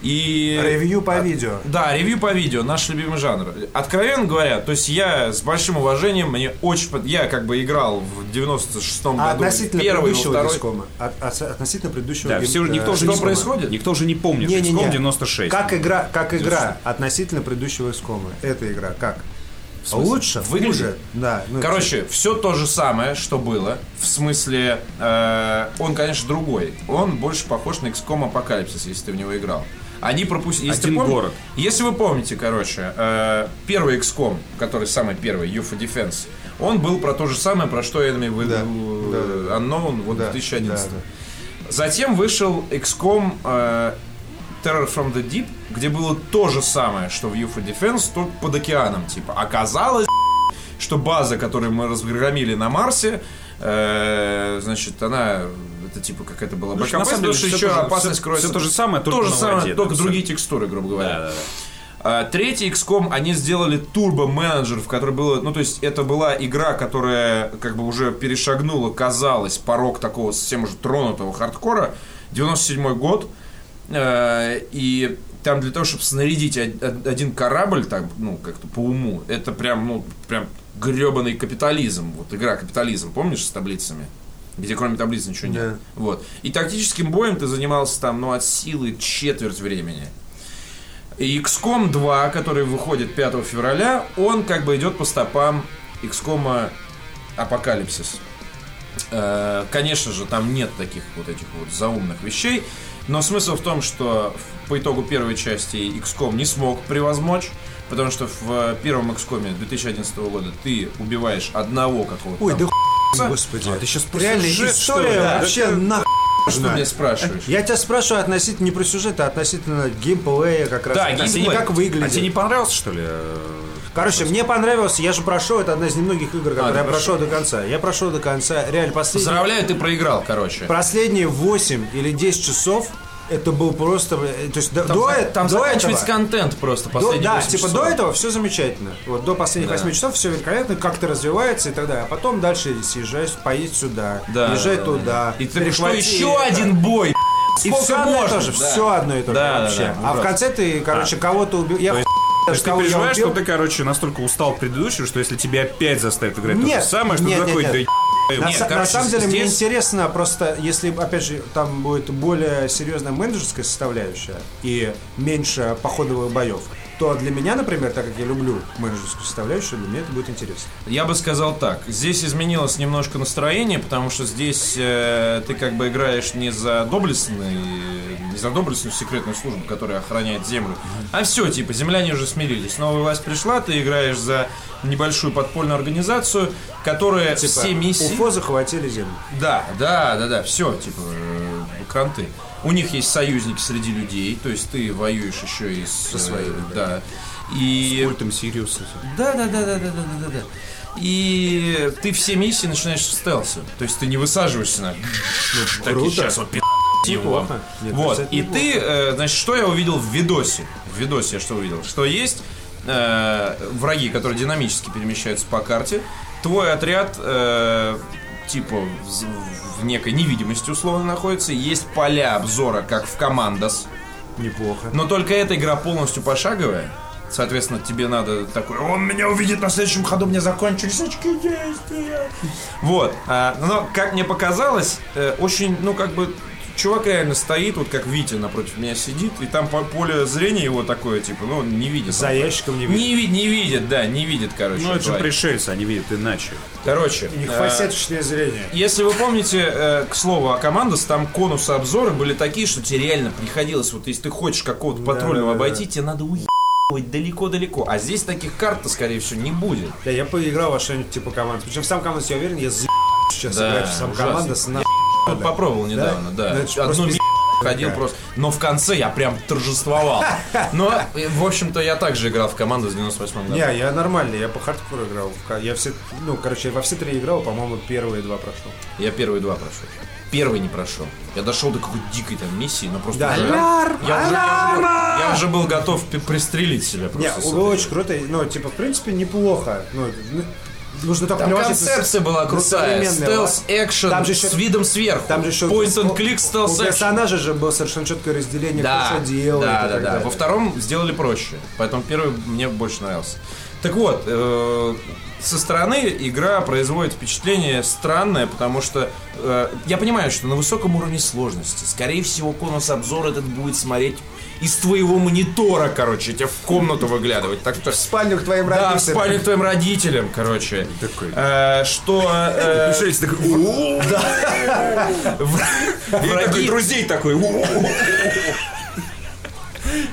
Speaker 1: И
Speaker 2: Ревью по видео.
Speaker 1: Да, ревью по видео, наш любимый жанр. Откровенно говоря, то есть я с большим уважением, мне очень... под- Я как бы играл в 96-м
Speaker 2: А
Speaker 1: году.
Speaker 2: относительно
Speaker 1: первый, во
Speaker 2: предыдущего
Speaker 1: второй.
Speaker 2: дискома. От- от- относительно предыдущего
Speaker 3: Да,
Speaker 2: гим-
Speaker 3: все, уже- никто
Speaker 2: э,
Speaker 3: уже
Speaker 1: что
Speaker 3: не-
Speaker 1: происходит?
Speaker 3: Никто уже не помнит.
Speaker 2: Не-не-не.
Speaker 3: XCOM 96.
Speaker 2: Как игра, как игра относительно предыдущего искома. Эта игра как? Лучше?
Speaker 1: Выглядит?
Speaker 2: Хуже? Да. ну,
Speaker 1: Короче, все то же самое, что было. В смысле, э, он, конечно, другой. Он больше похож на XCOM Апокалипсис, если ты в него играл. Они пропустили... Если ты
Speaker 3: Один
Speaker 1: пом-
Speaker 3: город.
Speaker 1: Если вы помните, короче, э, первый XCOM, который самый первый, UFO Defense, он был про то же самое, про что Enemy with
Speaker 2: Да,
Speaker 1: э, Unknown вот
Speaker 2: Да,
Speaker 1: 2011.
Speaker 2: да,
Speaker 1: Затем вышел XCOM э, Terror from the Deep, где было то же самое, что в UFO Defense, только под океаном, типа. Оказалось, что база, которую мы разгромили на Марсе, э, значит, она это типа какая-то была башня.
Speaker 3: на
Speaker 1: На самом
Speaker 3: самом
Speaker 1: деле,
Speaker 3: деле,
Speaker 1: что еще
Speaker 3: всё то же-
Speaker 1: опасность
Speaker 3: всё-
Speaker 1: кроется.
Speaker 3: всё то же самое, только
Speaker 1: то же
Speaker 3: на
Speaker 1: самое,
Speaker 3: воде,
Speaker 1: только
Speaker 3: да,
Speaker 1: другие текстуры, грубо говоря.
Speaker 3: Да, да, да.
Speaker 1: А, Третий XCOM они сделали Turbo Manager, в которой было, ну то есть это была игра, которая как бы уже перешагнула, казалось, порог такого совсем уже тронутого хардкора. 97 год. Э, И там для того, чтобы снарядить од- од- один корабль, так, ну, как-то по уму, это прям, ну, прям гребаный капитализм. Вот игра капитализм, помнишь, с таблицами? Где кроме таблиц ничего нет.
Speaker 2: Да.
Speaker 1: Вот. И тактическим боем ты занимался там, ну, от силы четверть времени. И XCOM 2, который выходит 5 февраля, он как бы идет по стопам XCOM Апокалипсис. Э, Конечно же, там нет таких вот этих вот заумных вещей. Но смысл в том, что в- по итогу первой части XCOM не смог превозмочь, потому что в э, первом XCOM 2011 года ты убиваешь одного какого-то
Speaker 2: типа, Ой,
Speaker 1: там
Speaker 2: да
Speaker 1: хуйца.
Speaker 2: Господи.
Speaker 1: Ты сейчас про
Speaker 2: Реально,
Speaker 1: сюжет,
Speaker 2: история
Speaker 1: что ли? Да?
Speaker 2: вообще нахуй.
Speaker 1: Что ты меня спрашиваешь?
Speaker 2: Я тебя спрашиваю относительно не про сюжет, а относительно геймплея как раз.
Speaker 1: Да,
Speaker 2: Относительно
Speaker 1: геймплей.
Speaker 2: как выглядит.
Speaker 3: А тебе не понравился, что ли? э,
Speaker 2: Короче, мне понравилось, я же прошел, это одна из немногих игр, которые
Speaker 1: А, ты
Speaker 2: я прошел до конца. Я прошел до конца, реально, последние,
Speaker 1: Поздравляю, ты проиграл, короче.
Speaker 2: последние 8 или 10 часов это был просто... э, То есть до, до, э-
Speaker 1: Там
Speaker 2: до этого...
Speaker 1: заканчивается контент просто
Speaker 2: до-
Speaker 1: последний
Speaker 2: да, типа до этого все замечательно. Вот до последних 8 часов все великолепно, как-то развивается и так далее. А потом дальше съезжай, поедь сюда,
Speaker 1: Да,
Speaker 2: езжай
Speaker 1: да,
Speaker 2: туда.
Speaker 1: И ты что,
Speaker 2: перехвати
Speaker 1: еще
Speaker 2: это.
Speaker 1: один бой?
Speaker 2: И
Speaker 1: Сколько
Speaker 2: все одно и
Speaker 1: можно?
Speaker 2: то же,
Speaker 1: Да.
Speaker 2: все одно и то же
Speaker 1: Да, да,
Speaker 2: вообще.
Speaker 1: да,
Speaker 2: а в конце ты, короче, кого-то убил. Я хуй знает,
Speaker 3: Ты
Speaker 2: кого я
Speaker 3: переживаешь, что
Speaker 2: убил.
Speaker 3: ты, короче, настолько устал предыдущего, что если тебя опять заставят играть то
Speaker 2: Нет,
Speaker 3: же самое, что
Speaker 2: нет,
Speaker 3: ты
Speaker 2: нет,
Speaker 3: такой,
Speaker 2: нет.
Speaker 3: да
Speaker 2: На,
Speaker 3: нет,
Speaker 2: са- на
Speaker 1: короче,
Speaker 2: самом деле мне
Speaker 1: здесь-
Speaker 2: интересно просто, если, опять же, там будет более серьезная менеджерская составляющая и меньше походовых боев, то для меня, например, так как я люблю менеджерскую составляющую, для меня это будет интересно.
Speaker 1: Я бы сказал так. Здесь изменилось немножко настроение, потому что здесь э, ты как бы играешь не за доблестный, не за доблестную секретную службу, которая охраняет землю, а все, типа, земляне уже смирились. Новая власть пришла, ты играешь за небольшую подпольную организацию, которая
Speaker 2: Типа,
Speaker 1: все миссии...
Speaker 2: Уфо захватили землю.
Speaker 1: Да, да, да, да, все, типа, э, кранты. У них есть союзники среди людей, то есть ты воюешь еще и с... Со своими, да. И...
Speaker 3: там Сириус.
Speaker 1: Да, да, да, да, да, да, да, да, да. И ты все миссии начинаешь в стелсе. То есть ты не высаживаешься на... Такие сейчас вот пи***, типа вам».
Speaker 2: Нет,
Speaker 1: Вот.
Speaker 2: кстати,
Speaker 1: И ты, э, значит, что я увидел в видосе? В видосе я что увидел? Что есть э, враги, которые динамически перемещаются по карте. Твой отряд, э, типа, в- в некой невидимости условно находится. Есть поля обзора, как в Командос.
Speaker 2: Неплохо.
Speaker 1: Но только эта игра полностью пошаговая. Соответственно, тебе надо такой, он меня увидит на следующем ходу, мне закончились очки действия. Вот. А, но, как мне показалось, э, очень, ну, как бы, чувак реально стоит, вот как Витя напротив меня сидит, и там по- поле зрения его такое, типа, ну, он не видит.
Speaker 2: За ящиком не видно.
Speaker 1: Не, ви- не видит, да, не видит, короче.
Speaker 3: Ну, это же
Speaker 1: тварь.
Speaker 3: пришельцы, они видят иначе.
Speaker 1: Короче.
Speaker 2: У них
Speaker 1: э,
Speaker 2: фасеточное зрение.
Speaker 1: если вы помните, э, к слову, о командос, там конусы обзора были такие, что тебе реально приходилось, вот если ты хочешь какого-то патрульного
Speaker 2: да, да,
Speaker 1: обойти, тебе надо уехать далеко-далеко. А здесь таких карт-то, скорее всего, не будет.
Speaker 2: Да, я поиграл во что-нибудь типа команд. Причем в сам команд, я уверен, я за сейчас
Speaker 1: Да,
Speaker 2: играть в сам
Speaker 1: ужасно.
Speaker 2: команда с на...
Speaker 1: Тут попробовал недавно, да.
Speaker 2: Ну, это ж
Speaker 1: Одну
Speaker 2: просто
Speaker 1: ми- ходил просто. Но в конце я прям торжествовал. Но, э, в общем-то, я также играл в команду с 98 году.
Speaker 2: Не, я нормально, я по хардкору играл. В ка- Я все, ну, короче, я во все три играл, по-моему, первые два прошел.
Speaker 1: Я первые два прошел. Первый не прошел. Я дошел до какой-то дикой там миссии, но просто... уже- Я, уже, я уже- я уже был готов пи- пристрелить себя
Speaker 2: Не,
Speaker 1: просто. с этой
Speaker 2: было очень круто. Ну, типа, в принципе, неплохо. Ну, ну, нужно только
Speaker 1: Там
Speaker 2: переводить на-
Speaker 1: концепция была
Speaker 2: на
Speaker 1: крутая.
Speaker 2: современный
Speaker 1: Стелс
Speaker 2: лад.
Speaker 1: экшен
Speaker 2: Там же еще-
Speaker 1: с видом сверху.
Speaker 2: Там же еще...
Speaker 1: Point and
Speaker 2: у-
Speaker 1: click стелс
Speaker 2: У
Speaker 1: экшен.
Speaker 2: персонажа же было совершенно четкое разделение,
Speaker 1: Да,
Speaker 2: кто что делает
Speaker 1: да,
Speaker 2: и
Speaker 1: да,
Speaker 2: так
Speaker 1: да.
Speaker 2: далее.
Speaker 1: Во втором сделали проще, поэтому первый мне больше нравился. Так вот, э, со стороны игра производит впечатление странное, потому что э, я понимаю, что на высоком уровне сложности, скорее всего, конус обзор этот будет смотреть из твоего монитора, короче, тебя в комнату выглядывать. Так что
Speaker 2: В спальню к твоим
Speaker 1: да, в
Speaker 2: родителям.
Speaker 1: спальню к твоим родителям, короче. Э, Что... э, Да. Вра- Враги...
Speaker 3: друзей такой.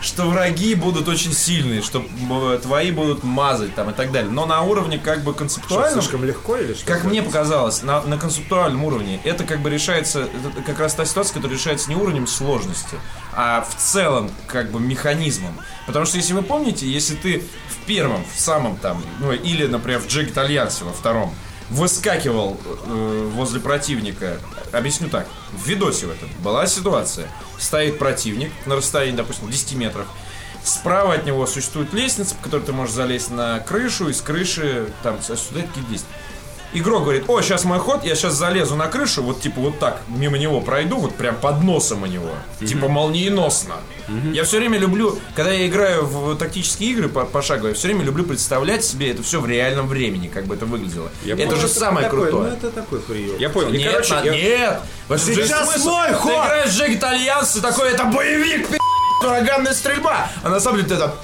Speaker 1: Что враги будут очень сильные, что м, твои будут мазать там и так далее. Но на уровне как бы концептуальном...
Speaker 2: Слишком легко или что?
Speaker 1: Как мне показалось, на, на концептуальном уровне это как бы решается, это как раз та ситуация, которая решается не уровнем сложности, а в целом как бы механизмом. Потому что если вы помните, если ты в первом, в самом там, ну или, например, в Джек Итальянсе во втором, выскакивал э, возле противника, объясню так, в видосе в этом была ситуация, стоит противник на расстоянии, допустим, 10 метров, Справа от него существует лестница, по которой ты можешь залезть на крышу, и с крыши там сюда какие действия. Игрок говорит, о, сейчас мой ход, я сейчас залезу на крышу, вот типа вот так мимо него пройду, вот прям под носом у него. Типа молниеносно. Я все время люблю, когда я играю в тактические игры по- пошаговые, все время люблю представлять себе это все в реальном времени, как бы это выглядело. это
Speaker 3: понял.
Speaker 1: же самое
Speaker 2: Такой,
Speaker 1: крутое.
Speaker 2: Ну, это такой прием.
Speaker 3: Я понял. И,
Speaker 1: Нет,
Speaker 3: короче,
Speaker 1: на-
Speaker 3: я-
Speaker 1: нет. Вот
Speaker 2: Сейчас
Speaker 1: же смысл.
Speaker 2: мой ход!
Speaker 1: Ты играешь в Джек Итальянс, и такой, это боевик, пи***, ураганная стрельба. А на самом деле ты это...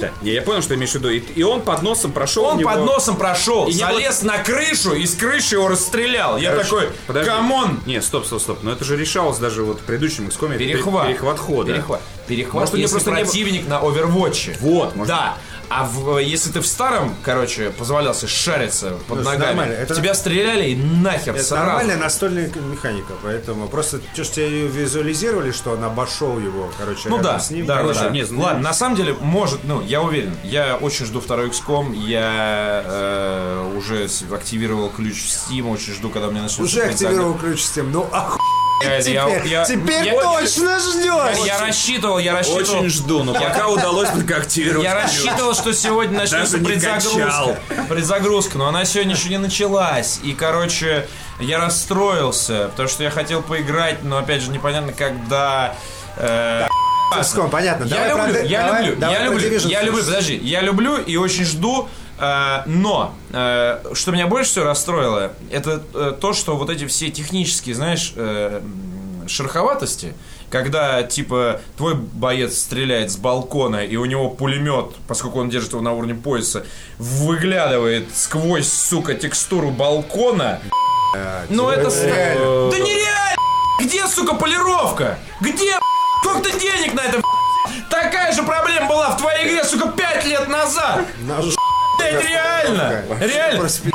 Speaker 3: Да, не, я понял, что ты имеешь в виду. И, и он под носом прошел. у
Speaker 1: Он
Speaker 3: него-
Speaker 1: под носом прошел,
Speaker 3: И не было-
Speaker 1: залез на крышу, и с крыши его расстрелял. Я
Speaker 3: Короче,
Speaker 1: такой,
Speaker 3: подожди.
Speaker 1: камон.
Speaker 3: Не, стоп, стоп, стоп. Но это же решалось даже вот в предыдущем XCOM.
Speaker 1: Перехват.
Speaker 3: Перехват хода.
Speaker 1: Перехват. Перехват,
Speaker 3: Может, у меня
Speaker 1: если
Speaker 3: просто не было-
Speaker 1: противник на овервотче.
Speaker 3: Вот, может-
Speaker 1: Да. А в- если ты в старом, короче, позволялся шариться под
Speaker 2: Ну, это
Speaker 1: ногами,
Speaker 2: нормально, это-
Speaker 1: тебя стреляли и нахер
Speaker 2: Это
Speaker 1: сразу.
Speaker 2: нормальная настольная к- механика, поэтому просто чё ж тебя ее визуализировали, что он обошел его, короче,
Speaker 1: Ну
Speaker 2: рядом
Speaker 1: да,
Speaker 2: с ним.
Speaker 1: да,
Speaker 3: Короче,
Speaker 1: да.
Speaker 3: не знаю.
Speaker 1: Ладно, на самом деле, может, ну, я уверен, я очень жду второй XCOM, я э, уже с- активировал ключ в Steam, очень жду, когда мне начнут...
Speaker 2: Уже
Speaker 1: писать
Speaker 2: активировал ключ с тем, ну ах...
Speaker 1: Я-
Speaker 2: теперь
Speaker 1: я- я-
Speaker 2: теперь
Speaker 1: я-
Speaker 2: точно
Speaker 1: загадки.
Speaker 2: ждешь!
Speaker 1: Я рассчитывал, я рассчитывал...
Speaker 3: Очень жду, но пока удалось только активировать.
Speaker 1: Я рассчитывал, что сегодня начнется
Speaker 3: Даже не
Speaker 1: предзагрузка.
Speaker 3: качал.
Speaker 1: Предзагрузка, но она сегодня еще не началась. И, короче, я расстроился, потому что я хотел поиграть, но опять же непонятно, когда. э,
Speaker 2: Ском, понятно.
Speaker 1: я
Speaker 2: давай
Speaker 1: люблю,
Speaker 2: про Д-
Speaker 1: я
Speaker 2: давай-
Speaker 1: люблю,
Speaker 2: давай
Speaker 1: я
Speaker 2: про
Speaker 1: люблю,
Speaker 2: Division
Speaker 1: я
Speaker 2: слушай.
Speaker 1: люблю, подожди, я люблю и очень жду, э, но э, что меня больше всего расстроило, это э, то, что вот эти все технические, знаешь, э, м, шероховатости, когда типа твой боец стреляет с балкона и у него пулемет, поскольку он держит его на уровне пояса, выглядывает сквозь, сука, текстуру балкона. Ну это... ст-
Speaker 2: Э, типа, реально.
Speaker 1: Да нереально! Где, сука, полировка? Где, Сколько ты денег на это, Такая же проблема была в твоей игре, сука, пять лет назад!
Speaker 2: Наш
Speaker 1: Блять, реально!
Speaker 2: Вообще
Speaker 1: Реально!
Speaker 2: просто пи***.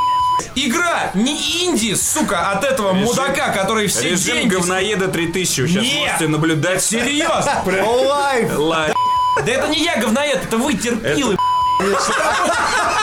Speaker 1: Игра не Инди, сука, от этого мудака, который все
Speaker 3: Режим
Speaker 1: деньги...
Speaker 3: говноеда 3000 сейчас
Speaker 1: Нет!
Speaker 3: можете наблюдать.
Speaker 1: Серьезно!
Speaker 2: Лайф!
Speaker 3: Ла-
Speaker 1: Да это не я говноед, это вы терпилы, б***ь.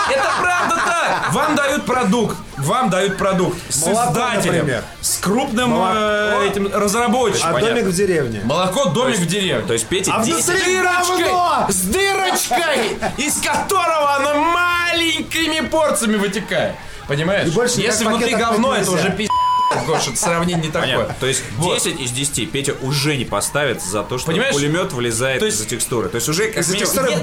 Speaker 1: Это правда так! Вам дают продукт, вам дают продукт с
Speaker 2: Молоко,
Speaker 1: издателем,
Speaker 2: например.
Speaker 1: с крупным
Speaker 2: Молоко.
Speaker 1: э, этим разработчиком.
Speaker 2: А
Speaker 1: Понятно.
Speaker 2: домик в деревне.
Speaker 1: Молоко, домик в деревне.
Speaker 3: То есть Петя
Speaker 2: А
Speaker 3: десять-
Speaker 2: внутри говно!
Speaker 1: с дырочкой, из которого она маленькими порциями вытекает. Понимаешь?
Speaker 2: И больше никак
Speaker 1: Если внутри
Speaker 2: пакетов
Speaker 1: говно,
Speaker 2: пить
Speaker 1: это
Speaker 2: нельзя.
Speaker 1: уже пиздец, Гоша, это сравнение не такое.
Speaker 3: Понятно. То есть
Speaker 1: Вот.
Speaker 3: 10 из 10 Петя уже не поставит за то, что
Speaker 1: Понимаешь?
Speaker 3: пулемет влезает
Speaker 1: То есть-
Speaker 3: из-за текстуры. То есть уже как
Speaker 2: Из-за
Speaker 3: минимум-
Speaker 2: текстуры
Speaker 1: Я-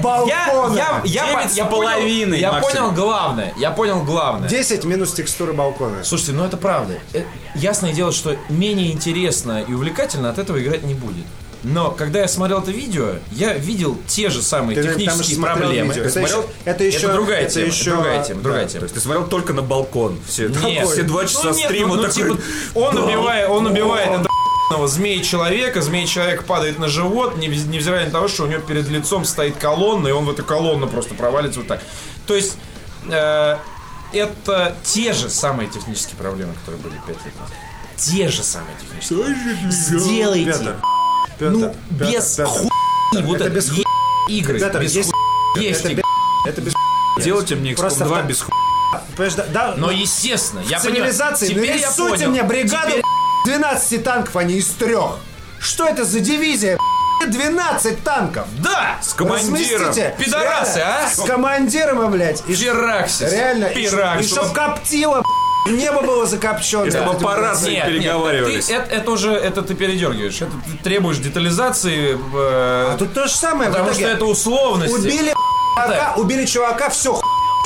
Speaker 1: Я,
Speaker 2: балкона.
Speaker 1: я, я,
Speaker 3: Девять с
Speaker 1: я понял,
Speaker 3: половиной
Speaker 1: я понял
Speaker 3: максимум.
Speaker 1: главное. Я понял главное.
Speaker 2: 10 минус текстура балкона.
Speaker 1: Слушайте, ну это правда. Э, Ясное дело, что менее интересно и увлекательно от этого играть не будет. Но когда я смотрел это видео, я видел те же самые
Speaker 2: Ты, наверное, там
Speaker 1: технические
Speaker 2: же смотрел
Speaker 1: проблемы.
Speaker 2: видео. Это
Speaker 1: Смотрел?
Speaker 2: еще- это еще-
Speaker 1: другая
Speaker 2: это
Speaker 1: тема.
Speaker 2: еще-
Speaker 1: другая тема. Другая
Speaker 2: да.
Speaker 1: тема.
Speaker 3: То есть ты смотрел только на балкон. Все,
Speaker 1: Нет.
Speaker 3: все два
Speaker 1: Ну,
Speaker 3: часа
Speaker 1: нет,
Speaker 3: стрима
Speaker 1: ну, ну,
Speaker 3: такой.
Speaker 1: типа, он убивает, он убивает этого змеи человека, змей человек падает на живот, невз- невзирая на то, что у него перед лицом стоит колонна, и он в эту колонну просто провалится вот так. То есть э, это те же самые технические проблемы, которые были пять лет назад. Те же самые технические. Сделайте.
Speaker 2: Петр,
Speaker 1: ну,
Speaker 2: Петр, Петр,
Speaker 1: без
Speaker 2: Петр.
Speaker 1: хуйни. Вот это,
Speaker 2: без
Speaker 1: е- игры.
Speaker 2: Петр,
Speaker 1: без
Speaker 2: есть
Speaker 1: хуй- есть
Speaker 2: это
Speaker 1: игры.
Speaker 2: Это без...
Speaker 3: Делайте мне XCOM
Speaker 2: Просто
Speaker 3: 2
Speaker 2: в-
Speaker 3: без ху...
Speaker 2: Понимаешь, да- да, ну,
Speaker 1: Но естественно, я понимаю.
Speaker 2: цивилизации
Speaker 1: Теперь я
Speaker 2: нарисуйте
Speaker 1: понял.
Speaker 2: мне бригаду
Speaker 1: Теперь-
Speaker 2: 12 танков, а не из трех. Что это за дивизия? 12 танков.
Speaker 1: Да!
Speaker 3: С командиром.
Speaker 2: Разместите.
Speaker 1: Пидорасы,
Speaker 2: Реально,
Speaker 1: а?
Speaker 2: С командиром, а, блядь. И ш-
Speaker 1: Пираксис.
Speaker 2: Реально. и ш-
Speaker 1: Пираксис.
Speaker 2: И чтоб коптило, б***ь, небо было закопчено.
Speaker 3: чтобы по рации
Speaker 1: Нет, нет,
Speaker 3: переговаривались.
Speaker 1: ты- это, это уже это ты передергиваешь. Это ты требуешь детализации, э,
Speaker 2: А тут то же самое. в
Speaker 1: потому
Speaker 2: итоге.
Speaker 1: что это условности.
Speaker 2: Убили чувака, убили чувака, все,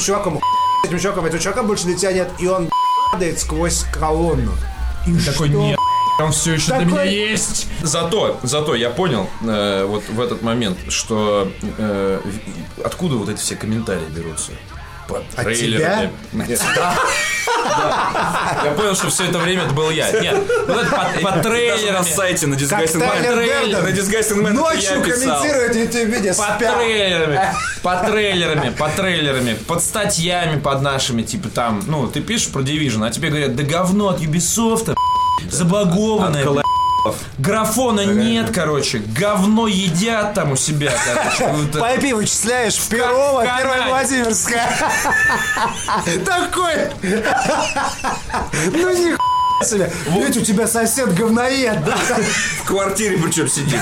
Speaker 2: чуваком, с этим чуваком, этого чувака больше не тянет, и он падает сквозь колонну.
Speaker 1: Такой
Speaker 2: Что?
Speaker 1: нет. Там все еще
Speaker 2: Такой-
Speaker 1: для меня есть. Зато, зато я понял э, вот в этот момент, что э, в- откуда вот эти все комментарии берутся. Под
Speaker 2: От
Speaker 1: трейлерами. Да. Да. Я понял, что все это время это был я. Нет, вот это под, под
Speaker 3: Даже на
Speaker 1: трейлерами.
Speaker 3: сайте на
Speaker 2: Как
Speaker 3: Disgusting Man.
Speaker 2: Тайлер
Speaker 1: трейлер,
Speaker 2: Дерден
Speaker 3: На Disgusting Man
Speaker 2: ночью
Speaker 3: я писал.
Speaker 2: комментирует YouTube-видео
Speaker 1: По трейлерами, по трейлерами, по трейлерами, под статьями, под нашими, типа там, ну, ты пишешь про Division, а тебе говорят, да говно от Ubisoft, а, забагованное,
Speaker 3: От
Speaker 1: б***ь. графона нет, короче, говно едят там у себя, короче, вот это.
Speaker 2: Пойпи вычисляешь Перова,
Speaker 1: Как
Speaker 2: Первая
Speaker 1: канать.
Speaker 2: Владимирская. Такой. Ну ни хуя себе. Ведь у тебя сосед говноед, да?
Speaker 3: В квартире причем сидит.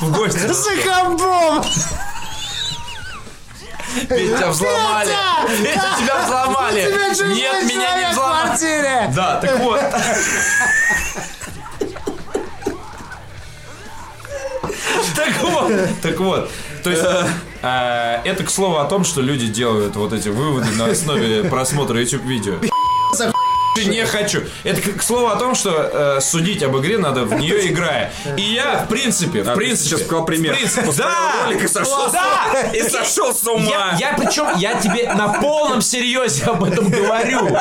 Speaker 2: За компом.
Speaker 1: Ведь тебя взломали. Ведь тебя взломали. Нет, меня не взломали.
Speaker 10: квартире!
Speaker 1: Да, так вот. Так вот, так вот. То есть, э, это к слову о том, что люди делают вот эти выводы на основе просмотра YouTube-видео. Не хочу. Это к к слову о том, что э, судить об игре надо в нее играя. И я, в принципе, в принципе...
Speaker 3: сейчас сказал пример.
Speaker 1: в принципе, да!
Speaker 3: Ролик и сошел,
Speaker 1: Да!
Speaker 3: и сошел с ума.
Speaker 1: Я, я причем, я тебе на полном серьезе об этом говорю.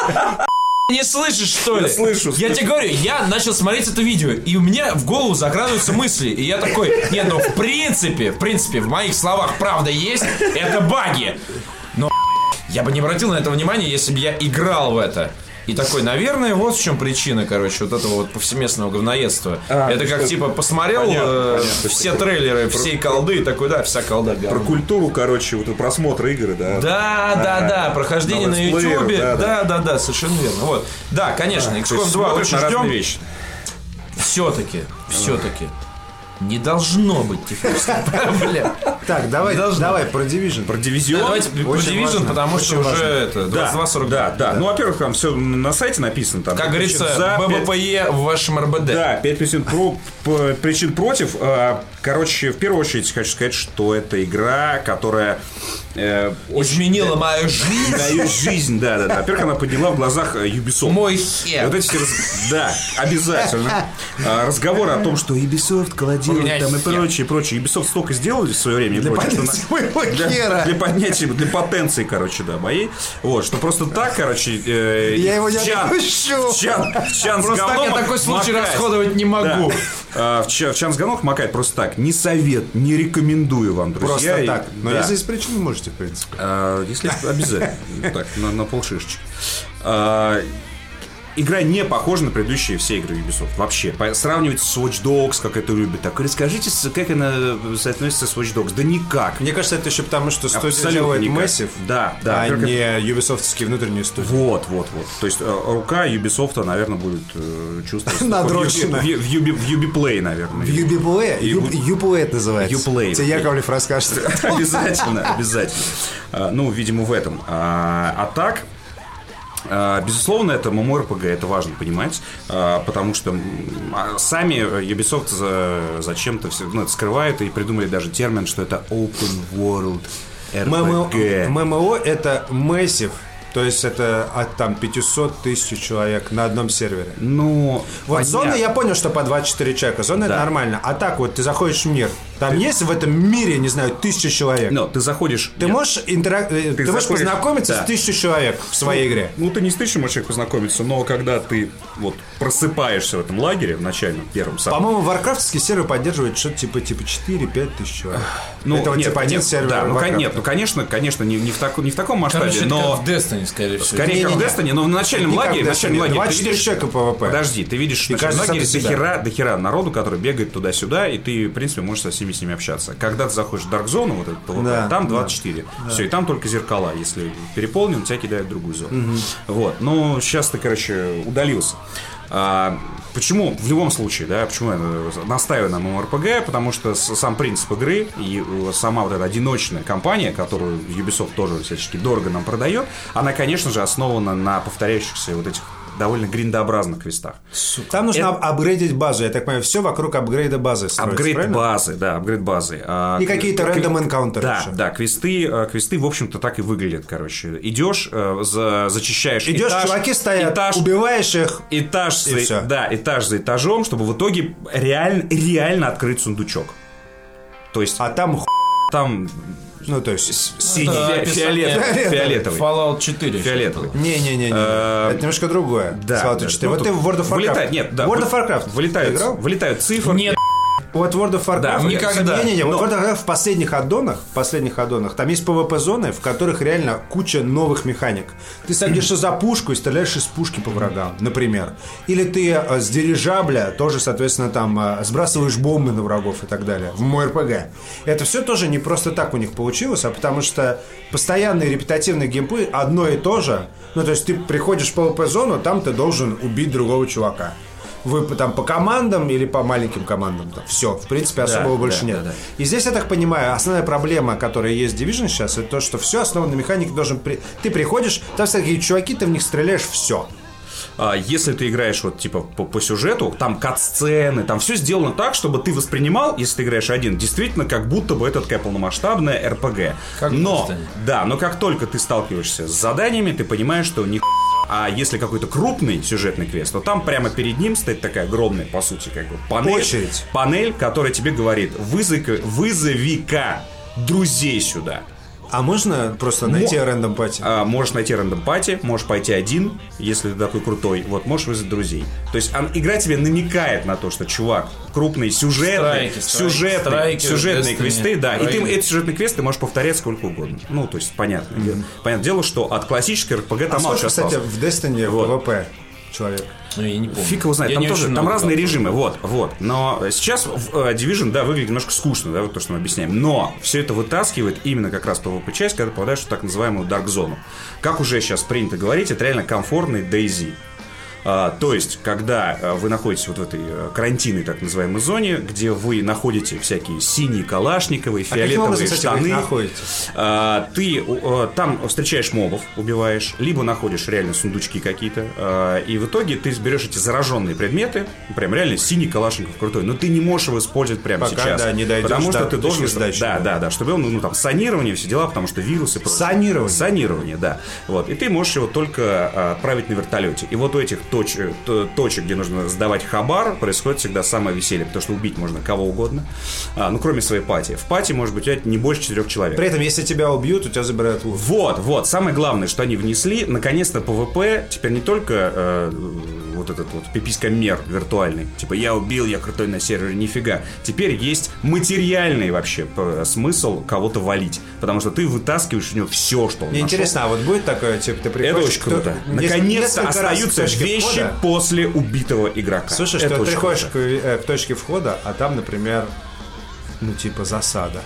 Speaker 1: Не слышишь, что ли? Я
Speaker 3: слышу,
Speaker 1: Я тебе говорю, я начал смотреть это видео, и у меня в голову закрадываются мысли. И я такой, не, ну в принципе, в принципе, в моих словах правда есть, это баги. Но я бы не обратил на это внимания, если бы я играл в это. И такой, наверное, вот в чем причина, короче, вот этого вот повсеместного говноедства.
Speaker 3: А,
Speaker 1: это как, типа, посмотрел э, все трейлеры всей колды, и такой, да, вся колда говно.
Speaker 3: Про культуру, короче, вот просмотра игры, да.
Speaker 1: Да, да, да, прохождение
Speaker 3: на
Speaker 1: на
Speaker 3: летсплеерах,
Speaker 1: Ютубе.
Speaker 3: да,
Speaker 1: Да, да, да, совершенно верно. Вот. Да, конечно, XCOM 2
Speaker 3: смотришь
Speaker 1: очень
Speaker 3: на разные
Speaker 1: ждем.
Speaker 3: вещи.
Speaker 1: Все-таки, все-таки. Не должно быть технических проблем.
Speaker 2: Так, давай,
Speaker 1: Должно.
Speaker 2: давай про Division.
Speaker 3: Про дивизион.
Speaker 1: Давайте про
Speaker 2: Очень важно,
Speaker 1: Division, потому что уже это, 22.40.
Speaker 3: Да, да. Ну, во-первых, там все на сайте написано. Там,
Speaker 1: Как
Speaker 3: значит,
Speaker 1: говорится,
Speaker 3: за пять-
Speaker 1: ББПЕ в вашем РБД.
Speaker 3: Да, пять причин, про- п- причин против. А, Короче, в первую очередь хочу сказать, что это игра, которая э,
Speaker 1: Изменила мою жизнь.
Speaker 3: дает жизнь. Да, да, да. Во-первых, она подняла в глазах э, Ubisoft.
Speaker 1: Мой
Speaker 3: И
Speaker 1: хер.
Speaker 3: Вот эти все раз- Да, обязательно. А, Разговоры о том, что Ubisoft
Speaker 2: Ну,
Speaker 1: У меня
Speaker 3: колодирует там и
Speaker 1: хер.
Speaker 3: прочее, прочее. Ubisoft столько сделали в свое время. и прочее, что на- для, для поднятия, для потенции, короче, да, моей. Вот, что просто так, короче, э,
Speaker 10: Я его не
Speaker 3: в чан-
Speaker 10: отпущу.
Speaker 3: в чан, в чан с
Speaker 1: Просто так я
Speaker 3: говном
Speaker 1: такой случай
Speaker 3: макать.
Speaker 1: расходовать не
Speaker 3: Да.
Speaker 1: могу.
Speaker 3: А, В ча- в чан с говном макать просто так. Не совет, не рекомендую вам, друзья.
Speaker 2: Просто
Speaker 3: И-
Speaker 2: так. Но
Speaker 3: да.
Speaker 2: если из причин можете, в принципе.
Speaker 3: А, Если обязательно. Так, на, на полшишечки. А, Игра не похожа на предыдущие все игры Ubisoft. Вообще. По- сравнивать с Watch Dogs, как это любят. Так, расскажите, с- как она соотносится с Watch Dogs. Да никак.
Speaker 2: Мне кажется, это еще потому, что студия
Speaker 3: Абсолютно
Speaker 2: делает
Speaker 3: никак.
Speaker 2: массив,
Speaker 3: Да, да.
Speaker 2: а
Speaker 3: Как это-
Speaker 2: не юбисофтские внутренние студии.
Speaker 3: Вот, вот, вот. То есть э, рука Ubisoft, наверное, будет э, чувствоваться.
Speaker 2: Надрочена.
Speaker 3: В Ubi- в Ubi- в Ubiplay, наверное.
Speaker 10: В Юбиплее?
Speaker 3: Юб-
Speaker 10: Юплей это называется.
Speaker 3: Uplay.
Speaker 10: Тебе Яковлев расскажет.
Speaker 3: Обязательно, обязательно. А, Ну, видимо, в этом. А а так, а, безусловно, это MMORPG, это важно понимать, а, потому что м, а, сами Ubisoft за- зачем-то все ну, это скрывает и придумали даже термин, что это Open World RPG.
Speaker 2: ММО это массив. То есть это от там 500 тысяч человек на одном сервере.
Speaker 3: Ну,
Speaker 2: Вот
Speaker 3: понятно.
Speaker 2: зона, я понял, что по 24 человека. Зона это нормально. А так вот, ты заходишь в мир. Там есть в этом мире, не знаю, тысяча человек.
Speaker 3: Но ты заходишь...
Speaker 2: Ты
Speaker 3: Ну, Нет.
Speaker 2: можешь, интерак- э, ты можешь
Speaker 3: заходишь-
Speaker 2: познакомиться
Speaker 3: Да.
Speaker 2: с тысячей человек в своей игре.
Speaker 3: Ну, ты не с тысячей можешь человек познакомиться, но когда ты вот просыпаешься в этом лагере, в начальном, первом самом,
Speaker 2: По-моему, варкрафтский сервер поддерживает что-то типа типа 4-5 тысяч человек.
Speaker 3: Ну,
Speaker 2: это вот
Speaker 3: нет,
Speaker 2: типа один
Speaker 3: нет,
Speaker 2: сервер.
Speaker 3: да, ну, кон-
Speaker 2: Warcraft.
Speaker 3: нет, ну, конечно, конечно, не, не в, таку- не в таком масштабе,
Speaker 1: Короче, это
Speaker 3: но
Speaker 1: как в Destiny, скорее всего.
Speaker 3: скорее как в
Speaker 2: Не-не-не.
Speaker 3: Destiny, но в начальном
Speaker 2: Никак
Speaker 3: лагере, в
Speaker 2: Destiny.
Speaker 3: начальном лагере ты
Speaker 2: 24
Speaker 3: видишь-
Speaker 2: человека PvP.
Speaker 3: Подожди, ты видишь в
Speaker 2: каждый
Speaker 3: начальном
Speaker 2: сам
Speaker 3: лагере
Speaker 2: за
Speaker 3: до
Speaker 2: себя.
Speaker 3: хера, до хера народу, который бегает туда-сюда, и ты, в принципе, можешь со всеми с ними общаться. Когда ты заходишь в Dark Zone, вот этот PvP,
Speaker 2: Да,
Speaker 3: там
Speaker 2: да.
Speaker 3: 24. Все, и там только зеркала. Если переполнен, тебя кидают в другую зону. Вот. Но сейчас ты, короче, удалился. А, почему? В любом случае, да, почему я э, настаиваю на MMORPG, потому что с- сам принцип игры и э, сама вот эта одиночная компания, которую Ubisoft тоже всячески дорого нам продает, она, конечно же, основана на повторяющихся вот этих довольно гриндообразных квестах.
Speaker 2: Там нужно ап- апгрейдить базу. Я так понимаю, все вокруг апгрейда базы строится,
Speaker 3: Апгрейд
Speaker 2: правильно?
Speaker 3: базы, да, апгрейд базы. А,
Speaker 2: И какие-то
Speaker 3: кви-
Speaker 2: random encounter
Speaker 3: Да,
Speaker 2: еще.
Speaker 3: да, квесты, э, квесты, в общем-то, так и выглядят, короче. Идешь, э, за- зачищаешь
Speaker 2: Идешь,
Speaker 3: этаж,
Speaker 2: чуваки стоят,
Speaker 3: этаж,
Speaker 2: убиваешь их.
Speaker 3: этаж,
Speaker 2: и
Speaker 3: за,
Speaker 2: всё.
Speaker 3: да, этаж за этажом, чтобы в итоге реально, реально открыть сундучок. То есть
Speaker 2: А там ху...
Speaker 3: там
Speaker 2: Ну, то есть...
Speaker 3: с- синий, фи-
Speaker 1: описание
Speaker 3: фиолет- фиолетовый.
Speaker 1: Fallout 4.
Speaker 3: Фиолетовый.
Speaker 2: Не-не-не,
Speaker 3: Э,
Speaker 2: это немножко другое.
Speaker 3: Да,
Speaker 2: Fallout
Speaker 3: да.
Speaker 2: 4.
Speaker 3: Ну,
Speaker 2: вот ты
Speaker 3: тут
Speaker 2: в World of Warcraft.
Speaker 3: Вылетает, нет, да.
Speaker 2: World of Warcraft.
Speaker 3: Вылетают,
Speaker 2: ты играл?
Speaker 3: вылетают цифры.
Speaker 1: Нет.
Speaker 2: Вот World of Warcraft.
Speaker 3: Да, никогда.
Speaker 2: Не-не-не, вот
Speaker 3: Но-
Speaker 2: World of Warcraft в последних аддонах, в последних аддонах, там есть PvP-зоны, в которых реально куча новых механик. Ты садишься за пушку и стреляешь из пушки по врагам, например. Или ты э, с дирижабля тоже, соответственно, там э, сбрасываешь бомбы на врагов и так далее. В мой РПГ. Это все тоже не просто так у них получилось, а потому что постоянный репетативный геймплей одно и то же. Ну, то есть ты приходишь в PvP-зону, там ты должен убить другого чувака. вы по- там по командам или по маленьким командам. Все, в принципе, особого больше нет. И здесь, я так понимаю, основная проблема, которая есть в Division сейчас, это то, что все основано на механике должен... при- Ты приходишь, там всякие чуваки, ты в них стреляешь, все.
Speaker 3: А, если ты играешь вот типа по, по сюжету, там кат-сцены, там все сделано так, чтобы ты воспринимал, если ты играешь один, действительно как будто бы это такая полномасштабная РПГ. но, да, но как только ты сталкиваешься с заданиями, ты понимаешь, что них а если какой-то крупный сюжетный квест, то там прямо перед ним стоит такая огромная, по сути, как бы панель.
Speaker 2: Очередь.
Speaker 3: Панель, которая тебе говорит, вызови, вызови-ка друзей сюда.
Speaker 2: А можно просто найти рандом пати?
Speaker 3: А, можешь найти рандом пати, можешь пойти один, если ты такой крутой. Вот, можешь вызвать друзей. То есть он, игра тебе намекает на то, что, чувак, крупные сюжетные,
Speaker 9: Страйки, страйки,
Speaker 3: сюжетные,
Speaker 9: страйки,
Speaker 3: сюжетные
Speaker 9: Destiny,
Speaker 3: квесты, да. И ты
Speaker 9: страйки.
Speaker 3: эти сюжетные квесты ты можешь повторять сколько угодно. Ну, то есть, понятно. Понятное дело, что от классической
Speaker 2: А
Speaker 3: РПГ там мало
Speaker 2: сколько,
Speaker 3: чего
Speaker 2: кстати,
Speaker 3: осталось.
Speaker 2: в Destiny
Speaker 3: Вот.
Speaker 2: ВВП человек?
Speaker 9: Ну, я не помню.
Speaker 3: Фиг его знает,
Speaker 9: Я
Speaker 3: там
Speaker 9: не
Speaker 3: тоже
Speaker 9: очень
Speaker 3: там
Speaker 9: много
Speaker 3: разные
Speaker 9: играл.
Speaker 3: режимы, вот, вот. Но э, сейчас в, э, Division, да, выглядит немножко скучно, да, вот то, что мы объясняем. Но все это вытаскивает именно как раз PvP часть, когда ты попадаешь в так называемую Dark Zone. Как уже сейчас принято говорить, это реально комфортный DayZ. А, то есть, когда а, вы находитесь вот в этой э, карантинной так называемой зоне, где вы находите всякие синие калашниковые,
Speaker 2: Каким
Speaker 3: фиолетовые
Speaker 2: образом, кстати, вы
Speaker 3: штаны,
Speaker 2: их находите?
Speaker 3: а, ты у- а, там встречаешь мобов, убиваешь, либо находишь реально сундучки какие-то, а, и в итоге ты сберешь эти зараженные предметы, прям реально синий калашников крутой, но ты не можешь его использовать прямо
Speaker 2: Пока,
Speaker 3: сейчас.
Speaker 2: да, не дойдешь
Speaker 3: Потому
Speaker 2: до
Speaker 3: что ты должен...
Speaker 2: точки сдачи,
Speaker 3: да,
Speaker 2: да.
Speaker 3: да, да, чтобы он, ну там, санирование, все дела, потому что вирусы... просто-
Speaker 2: Санирование?
Speaker 3: Санирование, да. Вот, и ты можешь его только а, отправить на вертолете. И вот у этих точ- э, т- точек, где нужно сдавать хабар, происходит всегда самое веселье, потому что убить можно кого угодно, А, ну кроме своей пати. В пати может быть у тебя не больше четырех человек.
Speaker 2: При этом, если тебя убьют, у тебя забирают лут.
Speaker 3: Вот, вот, самое главное, что они внесли, наконец-то ПВП теперь не только э, вот этот вот пиписькомер виртуальный, типа я убил, я крутой на сервере, нифига. Теперь есть материальный вообще п- смысл кого-то валить, потому что ты вытаскиваешь у него все, что он
Speaker 2: Мне
Speaker 3: нашел.
Speaker 2: интересно, а вот будет такое, типа, ты приходишь...
Speaker 3: Это очень
Speaker 2: кто-
Speaker 3: круто.
Speaker 2: нес- несколько
Speaker 3: Наконец-то
Speaker 2: раз
Speaker 3: остаются
Speaker 2: к точке
Speaker 3: вещи
Speaker 2: входа.
Speaker 3: после убитого игрока.
Speaker 2: Слушай,
Speaker 3: Это
Speaker 2: что ты
Speaker 3: очень
Speaker 2: приходишь к,
Speaker 3: круто.
Speaker 2: э, к точке входа, а там, например, ну, типа, засада.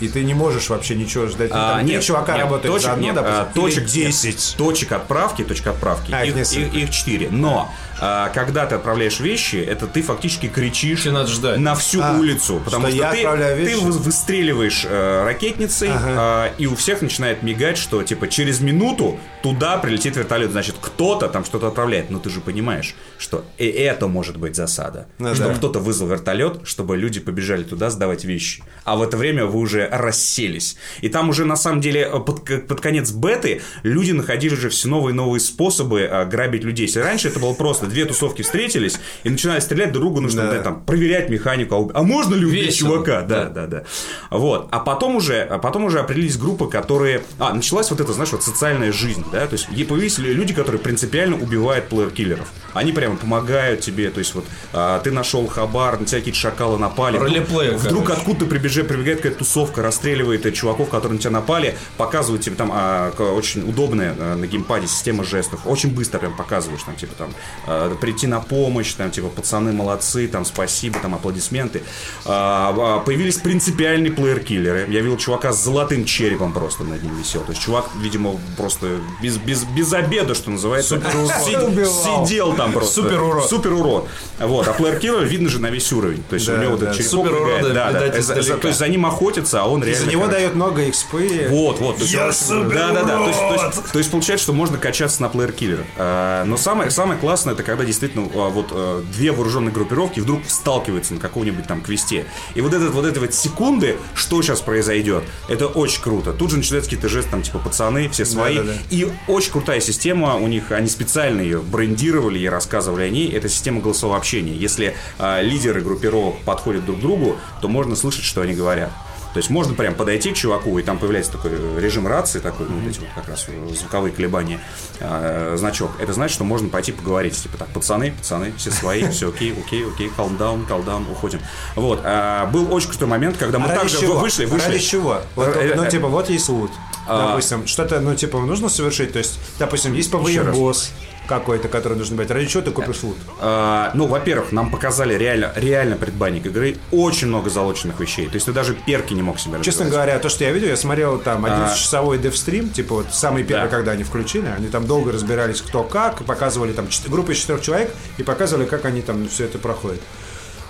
Speaker 2: И ты не можешь вообще ничего ждать. Ну,
Speaker 3: А,
Speaker 2: там три
Speaker 3: нет,
Speaker 2: чувака
Speaker 3: нет,
Speaker 2: работают
Speaker 3: точек
Speaker 2: за одну,
Speaker 3: нет,
Speaker 2: допустим,
Speaker 3: а,
Speaker 2: или
Speaker 3: точек нет.
Speaker 2: 10.
Speaker 3: Точек отправки, точка отправки.
Speaker 2: А, их
Speaker 3: их,
Speaker 2: несколько.
Speaker 3: их- их четыре. Но а, когда ты отправляешь вещи, это ты фактически кричишь
Speaker 9: Тебе надо ждать.
Speaker 3: на всю
Speaker 2: А,
Speaker 3: улицу. Потому
Speaker 2: что
Speaker 3: что,
Speaker 2: я
Speaker 3: ты,
Speaker 2: отправляю
Speaker 3: ты
Speaker 2: вещи?
Speaker 3: вы- выстреливаешь э, ракетницей, а, и у всех начинает мигать, что типа через минуту туда прилетит вертолет. Значит, кто-то там что-то отправляет. Но ты же понимаешь, что и это может быть засада.
Speaker 2: Ну
Speaker 3: что
Speaker 2: да.
Speaker 3: кто-то вызвал вертолет, чтобы люди побежали туда сдавать вещи. А в это время вы уже расселись. И там уже, на самом деле, э, под, к- под конец беты люди находили уже все новые и новые способы э, грабить людей. Если раньше это было просто две тусовки встретились и начинали стрелять друг другу, ну, чтобы да, там проверять механику. а уб- А можно ли убить
Speaker 9: Весело.
Speaker 3: чувака? Да, да, да. Вот. А потом уже, а потом уже определились группы, которые... А, началась вот эта, знаешь, вот социальная жизнь, да? То есть е- появились лю- люди, которые принципиально убивают плеер-киллеров. Они прямо помогают тебе, то есть вот а, ты нашел хабар, на тебя какие-то шакалы напали.
Speaker 9: Ролеплеер,
Speaker 3: Вдруг
Speaker 9: короче.
Speaker 3: откуда-то прибежит, прибегает какая-то тусовка, расстреливает э, чуваков, которые на тебя напали, показывают тебе там а, к- очень удобная а, на геймпаде система жестов. Очень быстро прям показываешь, там, типа, там, а, прийти на помощь, там, типа, пацаны молодцы, там, спасибо, там, аплодисменты. А, а, появились принципиальные плеер-киллеры. Я видел чувака с золотым черепом просто над ним висел. То есть чувак, видимо, просто без, без, без обеда, что называется, си-
Speaker 2: Убивал.
Speaker 3: сидел там просто.
Speaker 9: Супер урод.
Speaker 3: Супер урод. Вот, а плеер-киллер видно же на весь уровень. То есть у
Speaker 2: Да,
Speaker 3: него вот
Speaker 2: да,
Speaker 3: этот черепок
Speaker 9: супер
Speaker 3: мигает.
Speaker 9: урода,
Speaker 3: да, да,
Speaker 9: видать,
Speaker 3: за- за-
Speaker 9: издалека.
Speaker 3: то есть за ним охотятся, а он реально.
Speaker 2: За него
Speaker 3: короче,
Speaker 2: дает много экспы.
Speaker 3: вот, вот. то есть- Да, да, да. То есть, то есть- то есть получается, что можно качаться на плеер-киллера. А, Но самое, самое классное, это когда действительно а, вот а, две вооруженные группировки вдруг сталкиваются на каком-нибудь там квесте. И вот этот вот эти вот секунды, что сейчас произойдет, это очень круто. Тут же начинаются какие-то жесты, там, типа, пацаны, все свои.
Speaker 2: да, да.
Speaker 3: И очень крутая система у них, они специально ее брендировали и рассказывали о ней, это система голосового общения. Если а, лидеры группировок подходят друг к другу, то можно слышать, что они говорят. То есть можно прям подойти к чуваку, и там появляется такой режим рации, такой, ну, вот эти вот как раз э, звуковые колебания, э, значок. Это значит, что можно пойти поговорить, типа так, пацаны, пацаны, все свои, все окей, окей, окей, калдаун, калдаун, уходим. Вот, а, был очень крутой момент, когда мы
Speaker 2: А Ради
Speaker 3: также
Speaker 2: чего?
Speaker 3: вышли, вышли.
Speaker 2: Ради чего? Вот,
Speaker 3: Э, э,
Speaker 2: ну,
Speaker 3: э,
Speaker 2: типа, вот есть лут.
Speaker 3: А.
Speaker 2: Допустим, что-то, ну, типа, нужно совершить. То есть, допустим, есть побоев
Speaker 3: раз.
Speaker 2: босс. какой-то, который нужно брать. Ради чего ты купишь лут?
Speaker 3: А, ну, во-первых, нам показали реально, реально предбанник игры очень много залоченных вещей. То есть ты даже перки не мог себе развивать.
Speaker 2: Честно говоря, то, что я видел, я смотрел
Speaker 9: А.
Speaker 2: там 11-часовой девстрим, типа вот самый первый,
Speaker 3: Да.
Speaker 2: когда они включили, они там долго разбирались, кто как, и показывали там чет- группу из четырех человек и показывали, как они там все это проходят.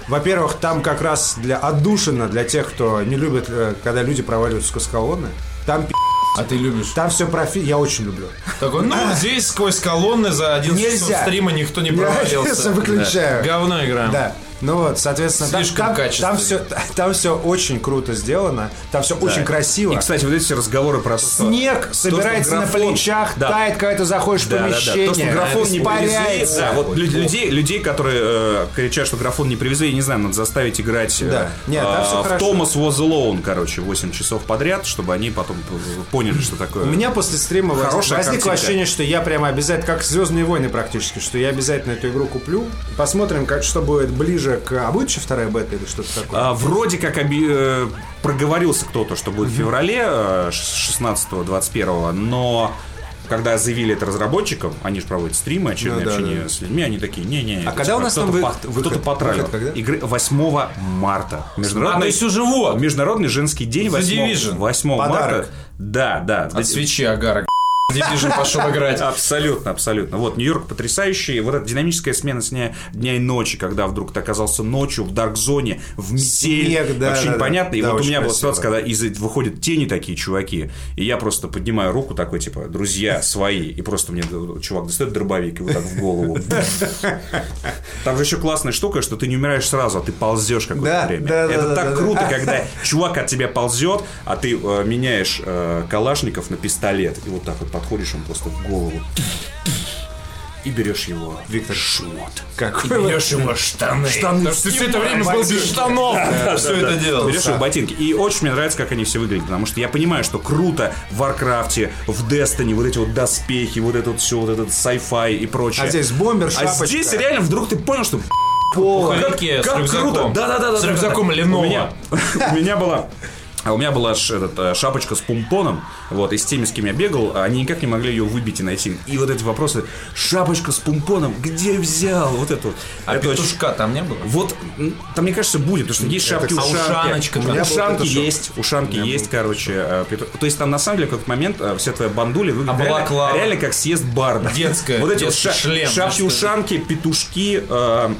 Speaker 2: Во-первых, там как раз для отдушина, для тех, кто не любит, э, когда люди проваливаются сквозь колонны, там пи***,
Speaker 9: А ты любишь?
Speaker 2: там все профи, я очень люблю.
Speaker 9: Такой, ну, здесь сквозь колонны за один часов
Speaker 2: Нельзя.
Speaker 9: стрима никто не
Speaker 2: Я
Speaker 9: провалился.
Speaker 2: выключаю.
Speaker 9: Говно игра.
Speaker 2: Да. Ну вот, соответственно, там-
Speaker 9: Слишком
Speaker 2: там,
Speaker 9: качественно.
Speaker 2: там, все, там все очень круто сделано, там все очень красиво.
Speaker 3: И, кстати, вот эти все разговоры про... что-
Speaker 2: Снег собирается на
Speaker 3: графон-
Speaker 2: плечах,
Speaker 3: Да.
Speaker 2: тает, когда ты заходишь в
Speaker 3: Да, да, да.
Speaker 2: помещение.
Speaker 3: То, что графон не привезли,
Speaker 2: испаряется.
Speaker 3: да, вот лю- людей, людей, которые э, кричат, что графон не привезли, я не знаю, надо заставить играть э,
Speaker 2: Да. Нет, там
Speaker 3: а,
Speaker 2: всё
Speaker 3: в
Speaker 2: хорошо.
Speaker 3: Томас Was Alone, короче, 8 часов подряд, чтобы они потом п- поняли, что такое.
Speaker 2: У меня после стрима воз-
Speaker 3: Хорошая
Speaker 2: возникло
Speaker 3: картинка.
Speaker 2: ощущение, что я прямо обязательно, как Звездные войны практически, что я обязательно эту игру куплю. Посмотрим, как что будет ближе к. А будет еще вторая бета или что-то такое?
Speaker 3: А, вроде как оби- э, проговорился кто-то, что будет в феврале э, ш- 16-21, но когда заявили это разработчикам, они же проводят стримы,
Speaker 2: Ну
Speaker 3: очередные
Speaker 2: да, А
Speaker 3: общения с людьми, они такие, не-не. это
Speaker 2: когда
Speaker 3: типа
Speaker 2: у нас там
Speaker 3: кто-то
Speaker 2: вы-
Speaker 3: по-
Speaker 2: выход?
Speaker 3: Кто-то потравил.
Speaker 2: Выход когда?
Speaker 3: Игры 8 марта.
Speaker 9: А, то
Speaker 3: Международный,
Speaker 9: есть уже вот.
Speaker 3: Международный женский день
Speaker 9: The
Speaker 3: 8,
Speaker 9: Division.
Speaker 3: 8
Speaker 2: Подарок.
Speaker 3: марта. Да, да.
Speaker 9: От свечи Агара. Division пошел играть.
Speaker 3: Абсолютно, абсолютно. Вот, Нью-Йорк потрясающий. Вот эта динамическая смена сня- дня и ночи, когда вдруг ты оказался ночью в дарк-зоне, в метель.
Speaker 2: Снег, да,
Speaker 3: Вообще
Speaker 2: да,
Speaker 3: непонятно.
Speaker 2: да.
Speaker 3: И
Speaker 2: Да,
Speaker 3: вот у
Speaker 2: очень
Speaker 3: меня была
Speaker 2: красиво.
Speaker 3: ситуация, когда из выходят тени такие чуваки, и я просто поднимаю руку такой, типа, друзья свои, и просто мне чувак достает дробовик и вот так в голову. Там же еще классная штука, что ты не умираешь сразу, а ты ползешь какое-то
Speaker 2: Да,
Speaker 3: время.
Speaker 2: да, да,
Speaker 3: Это
Speaker 2: да,
Speaker 3: так
Speaker 2: да,
Speaker 3: круто,
Speaker 2: да.
Speaker 3: когда чувак от тебя ползет, а ты э, меняешь э, калашников на пистолет. И вот так вот подходишь ему просто в голову. И берешь его. Виктор Шмот.
Speaker 9: И берешь его штаны. Потому что ты все это время был без штанов. Все это делал.
Speaker 3: Берешь его ботинки. И очень мне нравится, как они все выглядят. Потому что я понимаю, что круто в Варкрафте, в Дестоне, вот эти вот доспехи, вот это вот все, вот этот sci-fi и прочее.
Speaker 2: А здесь бомбер,
Speaker 3: А
Speaker 2: шапочка.
Speaker 3: здесь реально вдруг ты понял, что
Speaker 9: Пуховики с
Speaker 3: как
Speaker 9: рюкзаком.
Speaker 3: круто! Да-да-да.
Speaker 9: С рюкзаком
Speaker 3: У
Speaker 9: Lenovo.
Speaker 3: меня, у меня была... А у меня была ш- этот, э, шапочка с пумпоном, вот, и с теми, с кем я бегал, а они никак не могли ее выбить и найти. И вот эти вопросы, шапочка с пумпоном, где взял? Вот это вот.
Speaker 9: А
Speaker 3: Это очень-
Speaker 9: петушка там не было?
Speaker 3: Вот, м, там, мне кажется, будет, потому что есть шапки,
Speaker 9: А
Speaker 3: ушанки.
Speaker 9: ушаночка там? У меня
Speaker 3: Ушанки есть, ушанки есть, короче. э, пету- То есть там, на самом деле, в какой-то момент э, вся твоя бандуля выглядит
Speaker 9: А
Speaker 3: реально-
Speaker 9: балаклава?
Speaker 3: реально как съезд барда.
Speaker 9: Детская,
Speaker 3: Вот эти вот
Speaker 9: детский
Speaker 3: ша-
Speaker 9: шлем, ну
Speaker 3: шапки,
Speaker 9: что
Speaker 3: ушанки, петушки, э,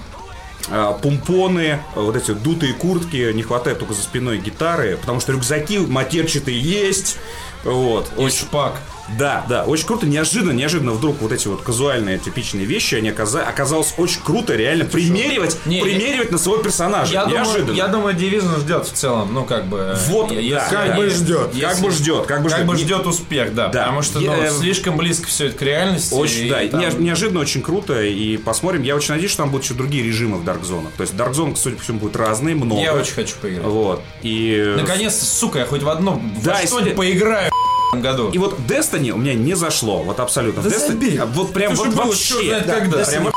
Speaker 3: э, пумпоны, э, вот эти вот дутые куртки, не хватает только за спиной гитары, потому что рюкзаки матерчатые есть, вот.
Speaker 9: И шпак.
Speaker 3: Да, да, очень круто, неожиданно, неожиданно вдруг вот эти вот казуальные типичные вещи, они оказа- оказалось очень круто реально примеривать,
Speaker 9: Не,
Speaker 3: примеривать на своего персонажа,
Speaker 9: Я
Speaker 3: неожиданно.
Speaker 9: думаю, я думаю, Division ждет в целом, ну как бы.
Speaker 3: Вот,
Speaker 9: я-
Speaker 3: да,
Speaker 9: если-
Speaker 3: да.
Speaker 9: я-
Speaker 3: как бы ждет, как бы ждет.
Speaker 9: Как бы
Speaker 3: Не-
Speaker 9: ждет успех, да.
Speaker 3: Да.
Speaker 9: Потому что ну,
Speaker 3: Я- э,
Speaker 9: слишком близко все это к реальности.
Speaker 3: Очень,
Speaker 9: и
Speaker 3: да,
Speaker 9: там-
Speaker 3: неож- неожиданно очень круто, и посмотрим. Я очень надеюсь, что там будут еще другие режимы в Dark Zone. То есть Dark Zone, судя по всему, будет разные, много.
Speaker 9: Я очень хочу поиграть.
Speaker 3: Вот, и...
Speaker 9: Наконец-то, сука, я хоть в одно
Speaker 3: Да,
Speaker 9: во
Speaker 3: если-
Speaker 9: что-нибудь поиграю в этом году.
Speaker 3: И вот Destiny у меня не зашло, вот абсолютно. Destiny- а вот прям вот вообще. Да,
Speaker 9: когда.
Speaker 3: прям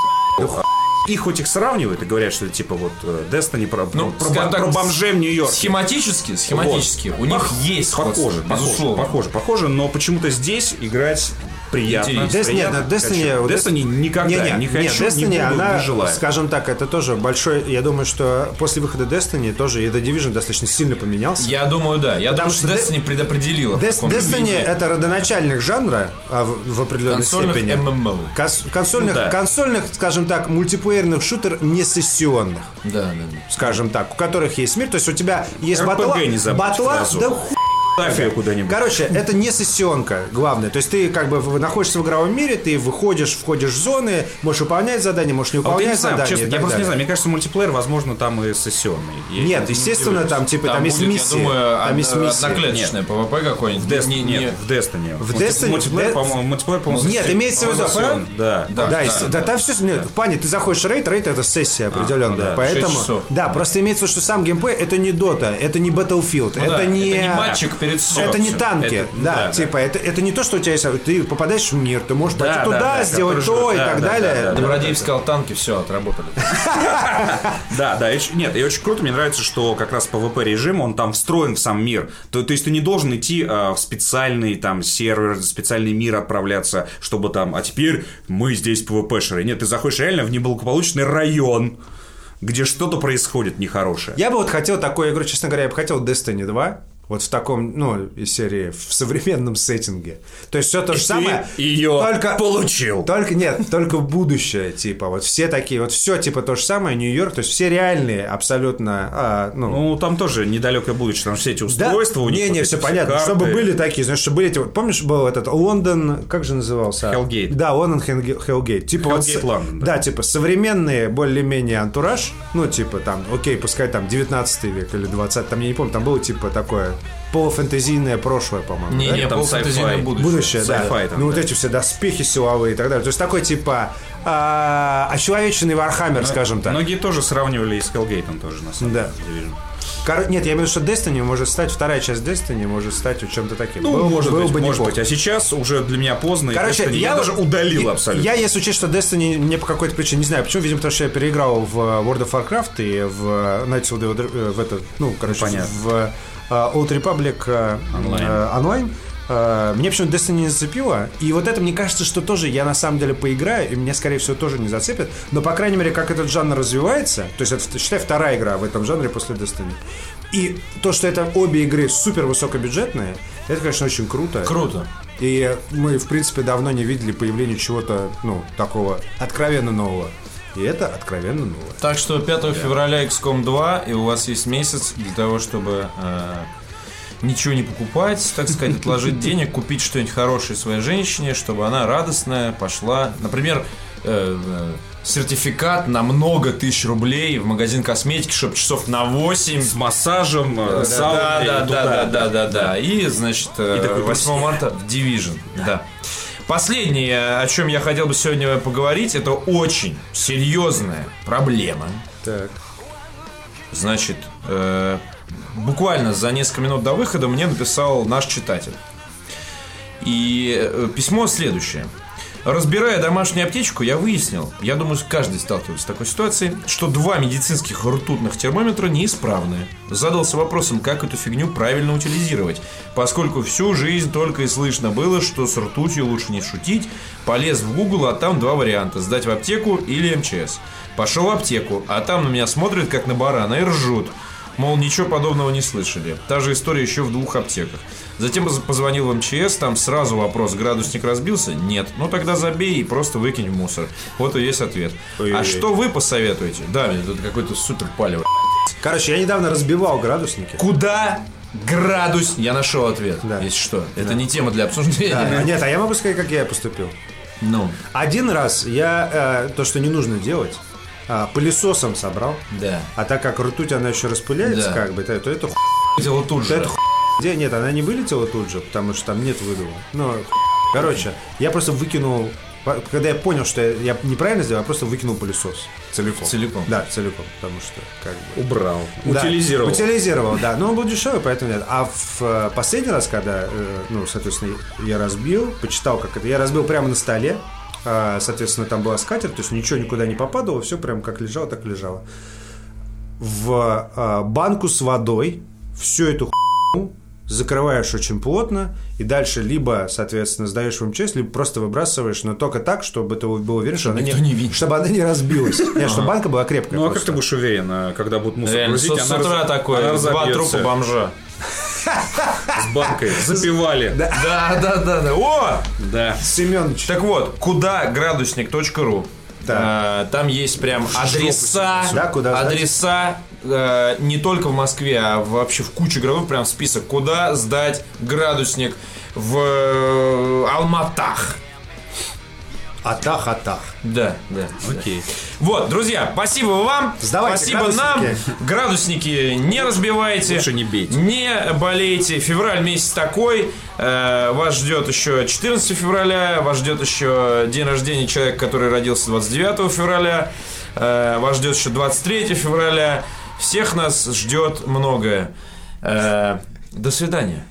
Speaker 3: И хоть их сравнивают и говорят, что типа вот э, Destiny про,
Speaker 9: Ну,
Speaker 3: про,
Speaker 9: скажем
Speaker 3: бом-
Speaker 9: так,
Speaker 3: про бомжей в Нью-Йорке.
Speaker 9: Схематически, схематически. У них есть
Speaker 3: Похоже,
Speaker 9: сходство,
Speaker 3: похоже,
Speaker 9: безусловно.
Speaker 3: похоже, похоже, но почему-то здесь играть приятно.
Speaker 9: Интересно.
Speaker 2: Destiny,
Speaker 3: приятно,
Speaker 2: нет, Destiny-
Speaker 3: хочу.
Speaker 2: вот
Speaker 3: Destiny никогда не,
Speaker 2: Не-не, не,
Speaker 3: хочу,
Speaker 2: Destiny,
Speaker 3: не буду,
Speaker 2: она,
Speaker 3: не желаю.
Speaker 2: скажем так, это тоже большой... Я думаю, что после выхода Destiny тоже и The Division достаточно сильно поменялся.
Speaker 9: Я думаю, да. Я
Speaker 2: Потому
Speaker 9: думаю, что
Speaker 2: что
Speaker 9: Destiny предопределила. в
Speaker 2: Дес-
Speaker 9: каком
Speaker 2: Destiny
Speaker 9: виде.
Speaker 2: это родоначальник жанра а, в, в определенной
Speaker 9: Консольных
Speaker 2: степени.
Speaker 9: MMO.
Speaker 2: Кос- консольных,
Speaker 3: Ну да.
Speaker 2: консольных, скажем так, мультиплеерных шутер не сессионных,
Speaker 9: Да, да, да.
Speaker 2: скажем так, у которых есть мир. То есть у тебя есть
Speaker 3: RPG
Speaker 2: батла,
Speaker 3: не забудь
Speaker 2: батла-
Speaker 3: сразу.
Speaker 2: да ху-
Speaker 3: Ставь её куда-нибудь.
Speaker 2: Короче, это не сессионка, главное. То есть ты как бы в- находишься в игровом мире, ты выходишь, входишь в зоны, можешь выполнять задания, можешь не
Speaker 3: А вот я не
Speaker 2: выполнять
Speaker 3: знаю,
Speaker 2: задания.
Speaker 3: честно,
Speaker 2: и
Speaker 3: я
Speaker 2: так
Speaker 3: просто не
Speaker 2: далее.
Speaker 3: знаю. Мне кажется, мультиплеер, возможно, там и сессионный. Я
Speaker 2: Нет,
Speaker 3: не
Speaker 2: естественно,
Speaker 3: удивлюсь.
Speaker 2: там типа там, есть
Speaker 9: будет,
Speaker 2: миссии.
Speaker 9: Я думаю,
Speaker 2: там есть
Speaker 9: од-
Speaker 2: миссии.
Speaker 9: одноклеточное PvP какое-нибудь.
Speaker 3: в Destiny.
Speaker 9: Не- не-
Speaker 3: Нет, в Destiny.
Speaker 2: В
Speaker 3: Мульти-
Speaker 2: Destiny-
Speaker 3: Мультиплеер,
Speaker 2: в Destiny-
Speaker 3: по-моему, мультиплеер, по-моему,
Speaker 2: Нет,
Speaker 3: сессионный.
Speaker 2: имеется в виду,
Speaker 3: Сессионный, Да. А,
Speaker 2: Да,
Speaker 9: да,
Speaker 2: если- да, там все, нет, Паня, ты заходишь в рейд, рейд это сессия определенная,
Speaker 3: да,
Speaker 2: поэтому,
Speaker 9: шесть часов.
Speaker 2: да, просто имеется в виду, что сам геймплей это не Дота, это не Battlefield,
Speaker 9: Ну
Speaker 2: это
Speaker 9: да,
Speaker 2: не,
Speaker 9: это не матчик
Speaker 1: перед сном.
Speaker 2: Это не танки,
Speaker 3: Это-
Speaker 2: да,
Speaker 3: да, да.
Speaker 2: типа, Это, это не то, что у тебя есть, а ты попадаешь в мир, ты можешь пойти
Speaker 3: да,
Speaker 2: туда,
Speaker 3: да,
Speaker 2: сделать то и
Speaker 3: да,
Speaker 2: так
Speaker 3: да,
Speaker 2: далее.
Speaker 3: да, да,
Speaker 1: Добродеев сказал, танки, все, отработали.
Speaker 3: Да, да, и ч- нет, и очень круто, мне нравится, что как раз PvP режим, он там встроен в сам мир. То, то есть ты не должен идти а, в специальный там сервер, в специальный мир отправляться, чтобы там, а теперь мы здесь PvP-шеры. Нет, ты заходишь реально в неблагополучный район, где что-то происходит нехорошее.
Speaker 2: Я бы вот хотел такую игру, честно говоря, я бы хотел Destiny 2. Вот в таком, ну, из серии, в современном сеттинге. То есть все то же самое.
Speaker 3: её
Speaker 2: только,
Speaker 3: получил.
Speaker 2: Только, нет, только будущее, типа. Вот все такие, вот все, типа, то же самое, Нью-Йорк. То есть все реальные абсолютно, а, ну...
Speaker 3: Ну, там тоже недалекое будущее, там все эти
Speaker 2: да.
Speaker 3: устройства у них.
Speaker 2: Не, не,
Speaker 3: вот
Speaker 2: все
Speaker 3: эти
Speaker 2: понятно.
Speaker 3: карты.
Speaker 2: Чтобы были такие, знаешь, чтобы были эти... Вот, помнишь, был этот Лондон, как же назывался?
Speaker 3: Hellgate.
Speaker 2: Да, Лондон Хенге- Hellgate. Типа вот...
Speaker 3: Hellgate
Speaker 2: с-
Speaker 3: Лондон,
Speaker 2: Да,
Speaker 3: да.
Speaker 2: типа современные, более-менее антураж. Ну, типа там, окей, пускай там 19 век или 20, там я не помню, там было типа такое полуфэнтезийное прошлое, по-моему. да?
Speaker 3: там
Speaker 1: полуфэнтезийное
Speaker 3: sci-fi.
Speaker 2: будущее,
Speaker 3: Sci-fi
Speaker 2: да.
Speaker 3: там,
Speaker 2: ну, вот
Speaker 3: да.
Speaker 2: эти все доспехи силовые и так далее. То есть такой, типа, а, очеловеченный
Speaker 3: Ну,
Speaker 2: Вархаммер, скажем так.
Speaker 3: Многие тоже сравнивали и с Hellgate тоже, на самом
Speaker 2: Да.
Speaker 3: деле. Division.
Speaker 2: Коро- Нет, я имею в виду, что Destiny может стать, вторая часть Destiny может стать вот чем-то таким.
Speaker 3: Ну,
Speaker 2: Был-
Speaker 3: может
Speaker 2: был
Speaker 3: быть,
Speaker 2: бы
Speaker 3: может
Speaker 2: неплохо.
Speaker 3: быть. А сейчас уже для меня поздно. и
Speaker 2: Короче,
Speaker 3: Destiny
Speaker 2: я,
Speaker 3: я,
Speaker 2: вот-
Speaker 3: даже удалил
Speaker 2: и-
Speaker 3: абсолютно.
Speaker 2: Я, если учесть, что Destiny мне по какой-то причине, не знаю почему, видимо, потому что я переиграл в э, World of Warcraft и в э, Knights of the Old Re- э, в это, ну, короче,
Speaker 3: Понятно.
Speaker 2: в э, Old Republic э,
Speaker 3: Онлайн.
Speaker 2: э, онлайн. Э, Мне почему-то Destiny не зацепило. И вот это, мне кажется, что тоже я на самом деле поиграю, и меня, скорее всего, тоже не зацепит. Но, по крайней мере, как этот жанр развивается, то есть это, считай, вторая игра в этом жанре после Destiny. И то, что это обе игры супер высокобюджетные, это, конечно, очень круто.
Speaker 1: Круто.
Speaker 2: И мы, в принципе, давно не видели появления чего-то, ну, такого откровенно нового. И это откровенно новое.
Speaker 1: Так что 5 февраля XCOM 2, и у вас есть месяц для того, чтобы э, ничего не покупать, так сказать, отложить денег, купить что-нибудь хорошее своей женщине, чтобы она радостная пошла. Например, э, э, сертификат на много тысяч рублей в магазин косметики, чтобы часов на 8.
Speaker 3: С массажем, э, сауной
Speaker 1: Да,
Speaker 3: и
Speaker 1: да,
Speaker 3: туда.
Speaker 1: да, да, да, да, да. И, значит, э,
Speaker 3: такой
Speaker 1: 8 марта в Division. Да. Последнее, о чем я хотел бы сегодня поговорить, это очень серьезная проблема.
Speaker 2: Так.
Speaker 1: Значит, э, буквально за несколько минут до выхода мне написал наш читатель. И э, письмо следующее. Разбирая домашнюю аптечку, я выяснил, я думаю, каждый сталкивался с такой ситуацией, что два медицинских ртутных термометра неисправны. Задался вопросом, как эту фигню правильно утилизировать, поскольку всю жизнь только и слышно было, что с ртутью лучше не шутить. Полез в Google, а там два варианта, сдать в аптеку или МЧС. Пошел в аптеку, а там на меня смотрят, как на барана, и ржут. Мол, ничего подобного не слышали. Та же история еще в двух аптеках. Затем поз- позвонил в МЧС, там сразу вопрос, градусник разбился? Нет. Ну тогда забей и просто выкинь в мусор. Вот и есть ответ. А что вы посоветуете? Да, мне тут какой-то супер палево.
Speaker 2: Короче, я недавно разбивал градусники.
Speaker 1: Куда градус? Я нашел ответ,
Speaker 2: Да.
Speaker 1: если что. Это не тема для обсуждения.
Speaker 2: А, нет, а я могу сказать, как я поступил.
Speaker 1: Ну,
Speaker 2: Один раз я э, то, что не нужно делать, э, пылесосом собрал.
Speaker 1: да.
Speaker 2: А так как ртуть, она еще распыляется,
Speaker 1: Да.
Speaker 2: как бы, то то это ху...
Speaker 1: Дело тут
Speaker 2: то
Speaker 1: же.
Speaker 2: это ху... Где- Нет, она не вылетела тут же, потому что там нет выдува. Ну, ху... короче, я просто выкинул... по- Когда я понял, что я, я неправильно сделал, я просто выкинул пылесос. Целиком.
Speaker 1: Целиком.
Speaker 2: Да, целиком, потому что как бы...
Speaker 3: Убрал.
Speaker 2: Да,
Speaker 3: Утилизировал.
Speaker 2: Утилизировал, да. Но он был дешевый, поэтому нет. А в э, последний раз, когда, э, ну, соответственно, я разбил, почитал, как это, я разбил прямо на столе. А, Соответственно, там была скатерть, то есть ничего никуда не попадало, все прям как лежало, так и лежало. В э, банку с водой всю эту хуйню закрываешь очень плотно, и дальше либо, соответственно, сдаешь в МЧС, либо просто выбрасываешь, но только так, чтобы ты был уверен, что, она не,
Speaker 1: никто не видит.
Speaker 2: чтобы она не разбилась. Нет, чтобы банка была крепкая.
Speaker 3: Ну а как
Speaker 2: просто.
Speaker 3: ты будешь уверен, э, когда будут мусор
Speaker 1: Реально, с,
Speaker 3: грузить,
Speaker 1: с
Speaker 3: она раз-
Speaker 1: утра такое,
Speaker 3: она
Speaker 1: два
Speaker 3: разобьется
Speaker 1: трупа бомжа.
Speaker 3: с банкой, запивали. Да.
Speaker 1: Да, да, да, да. О!
Speaker 2: Семёныч.
Speaker 1: Так вот, куда градусник.ру.
Speaker 2: Да.
Speaker 1: Э, Там есть прям адреса,
Speaker 2: Да, куда сдать?
Speaker 1: адреса э, не только в Москве, а вообще в куче городов прям список, куда сдать градусник в э, Алматах.
Speaker 2: Атах, атах.
Speaker 1: Да, да. Окей. Вот, друзья, спасибо вам.
Speaker 2: Сдавайте
Speaker 1: спасибо
Speaker 2: градусники.
Speaker 1: нам. Градусники не разбивайте.
Speaker 3: Лучше не бейте.
Speaker 1: Не болейте. Февраль месяц такой. Э, вас ждет еще 14 февраля. Вас ждет еще день рождения человека, который родился 29 февраля. Э, вас ждет еще 23 февраля. Всех нас ждет многое. Э, до свидания.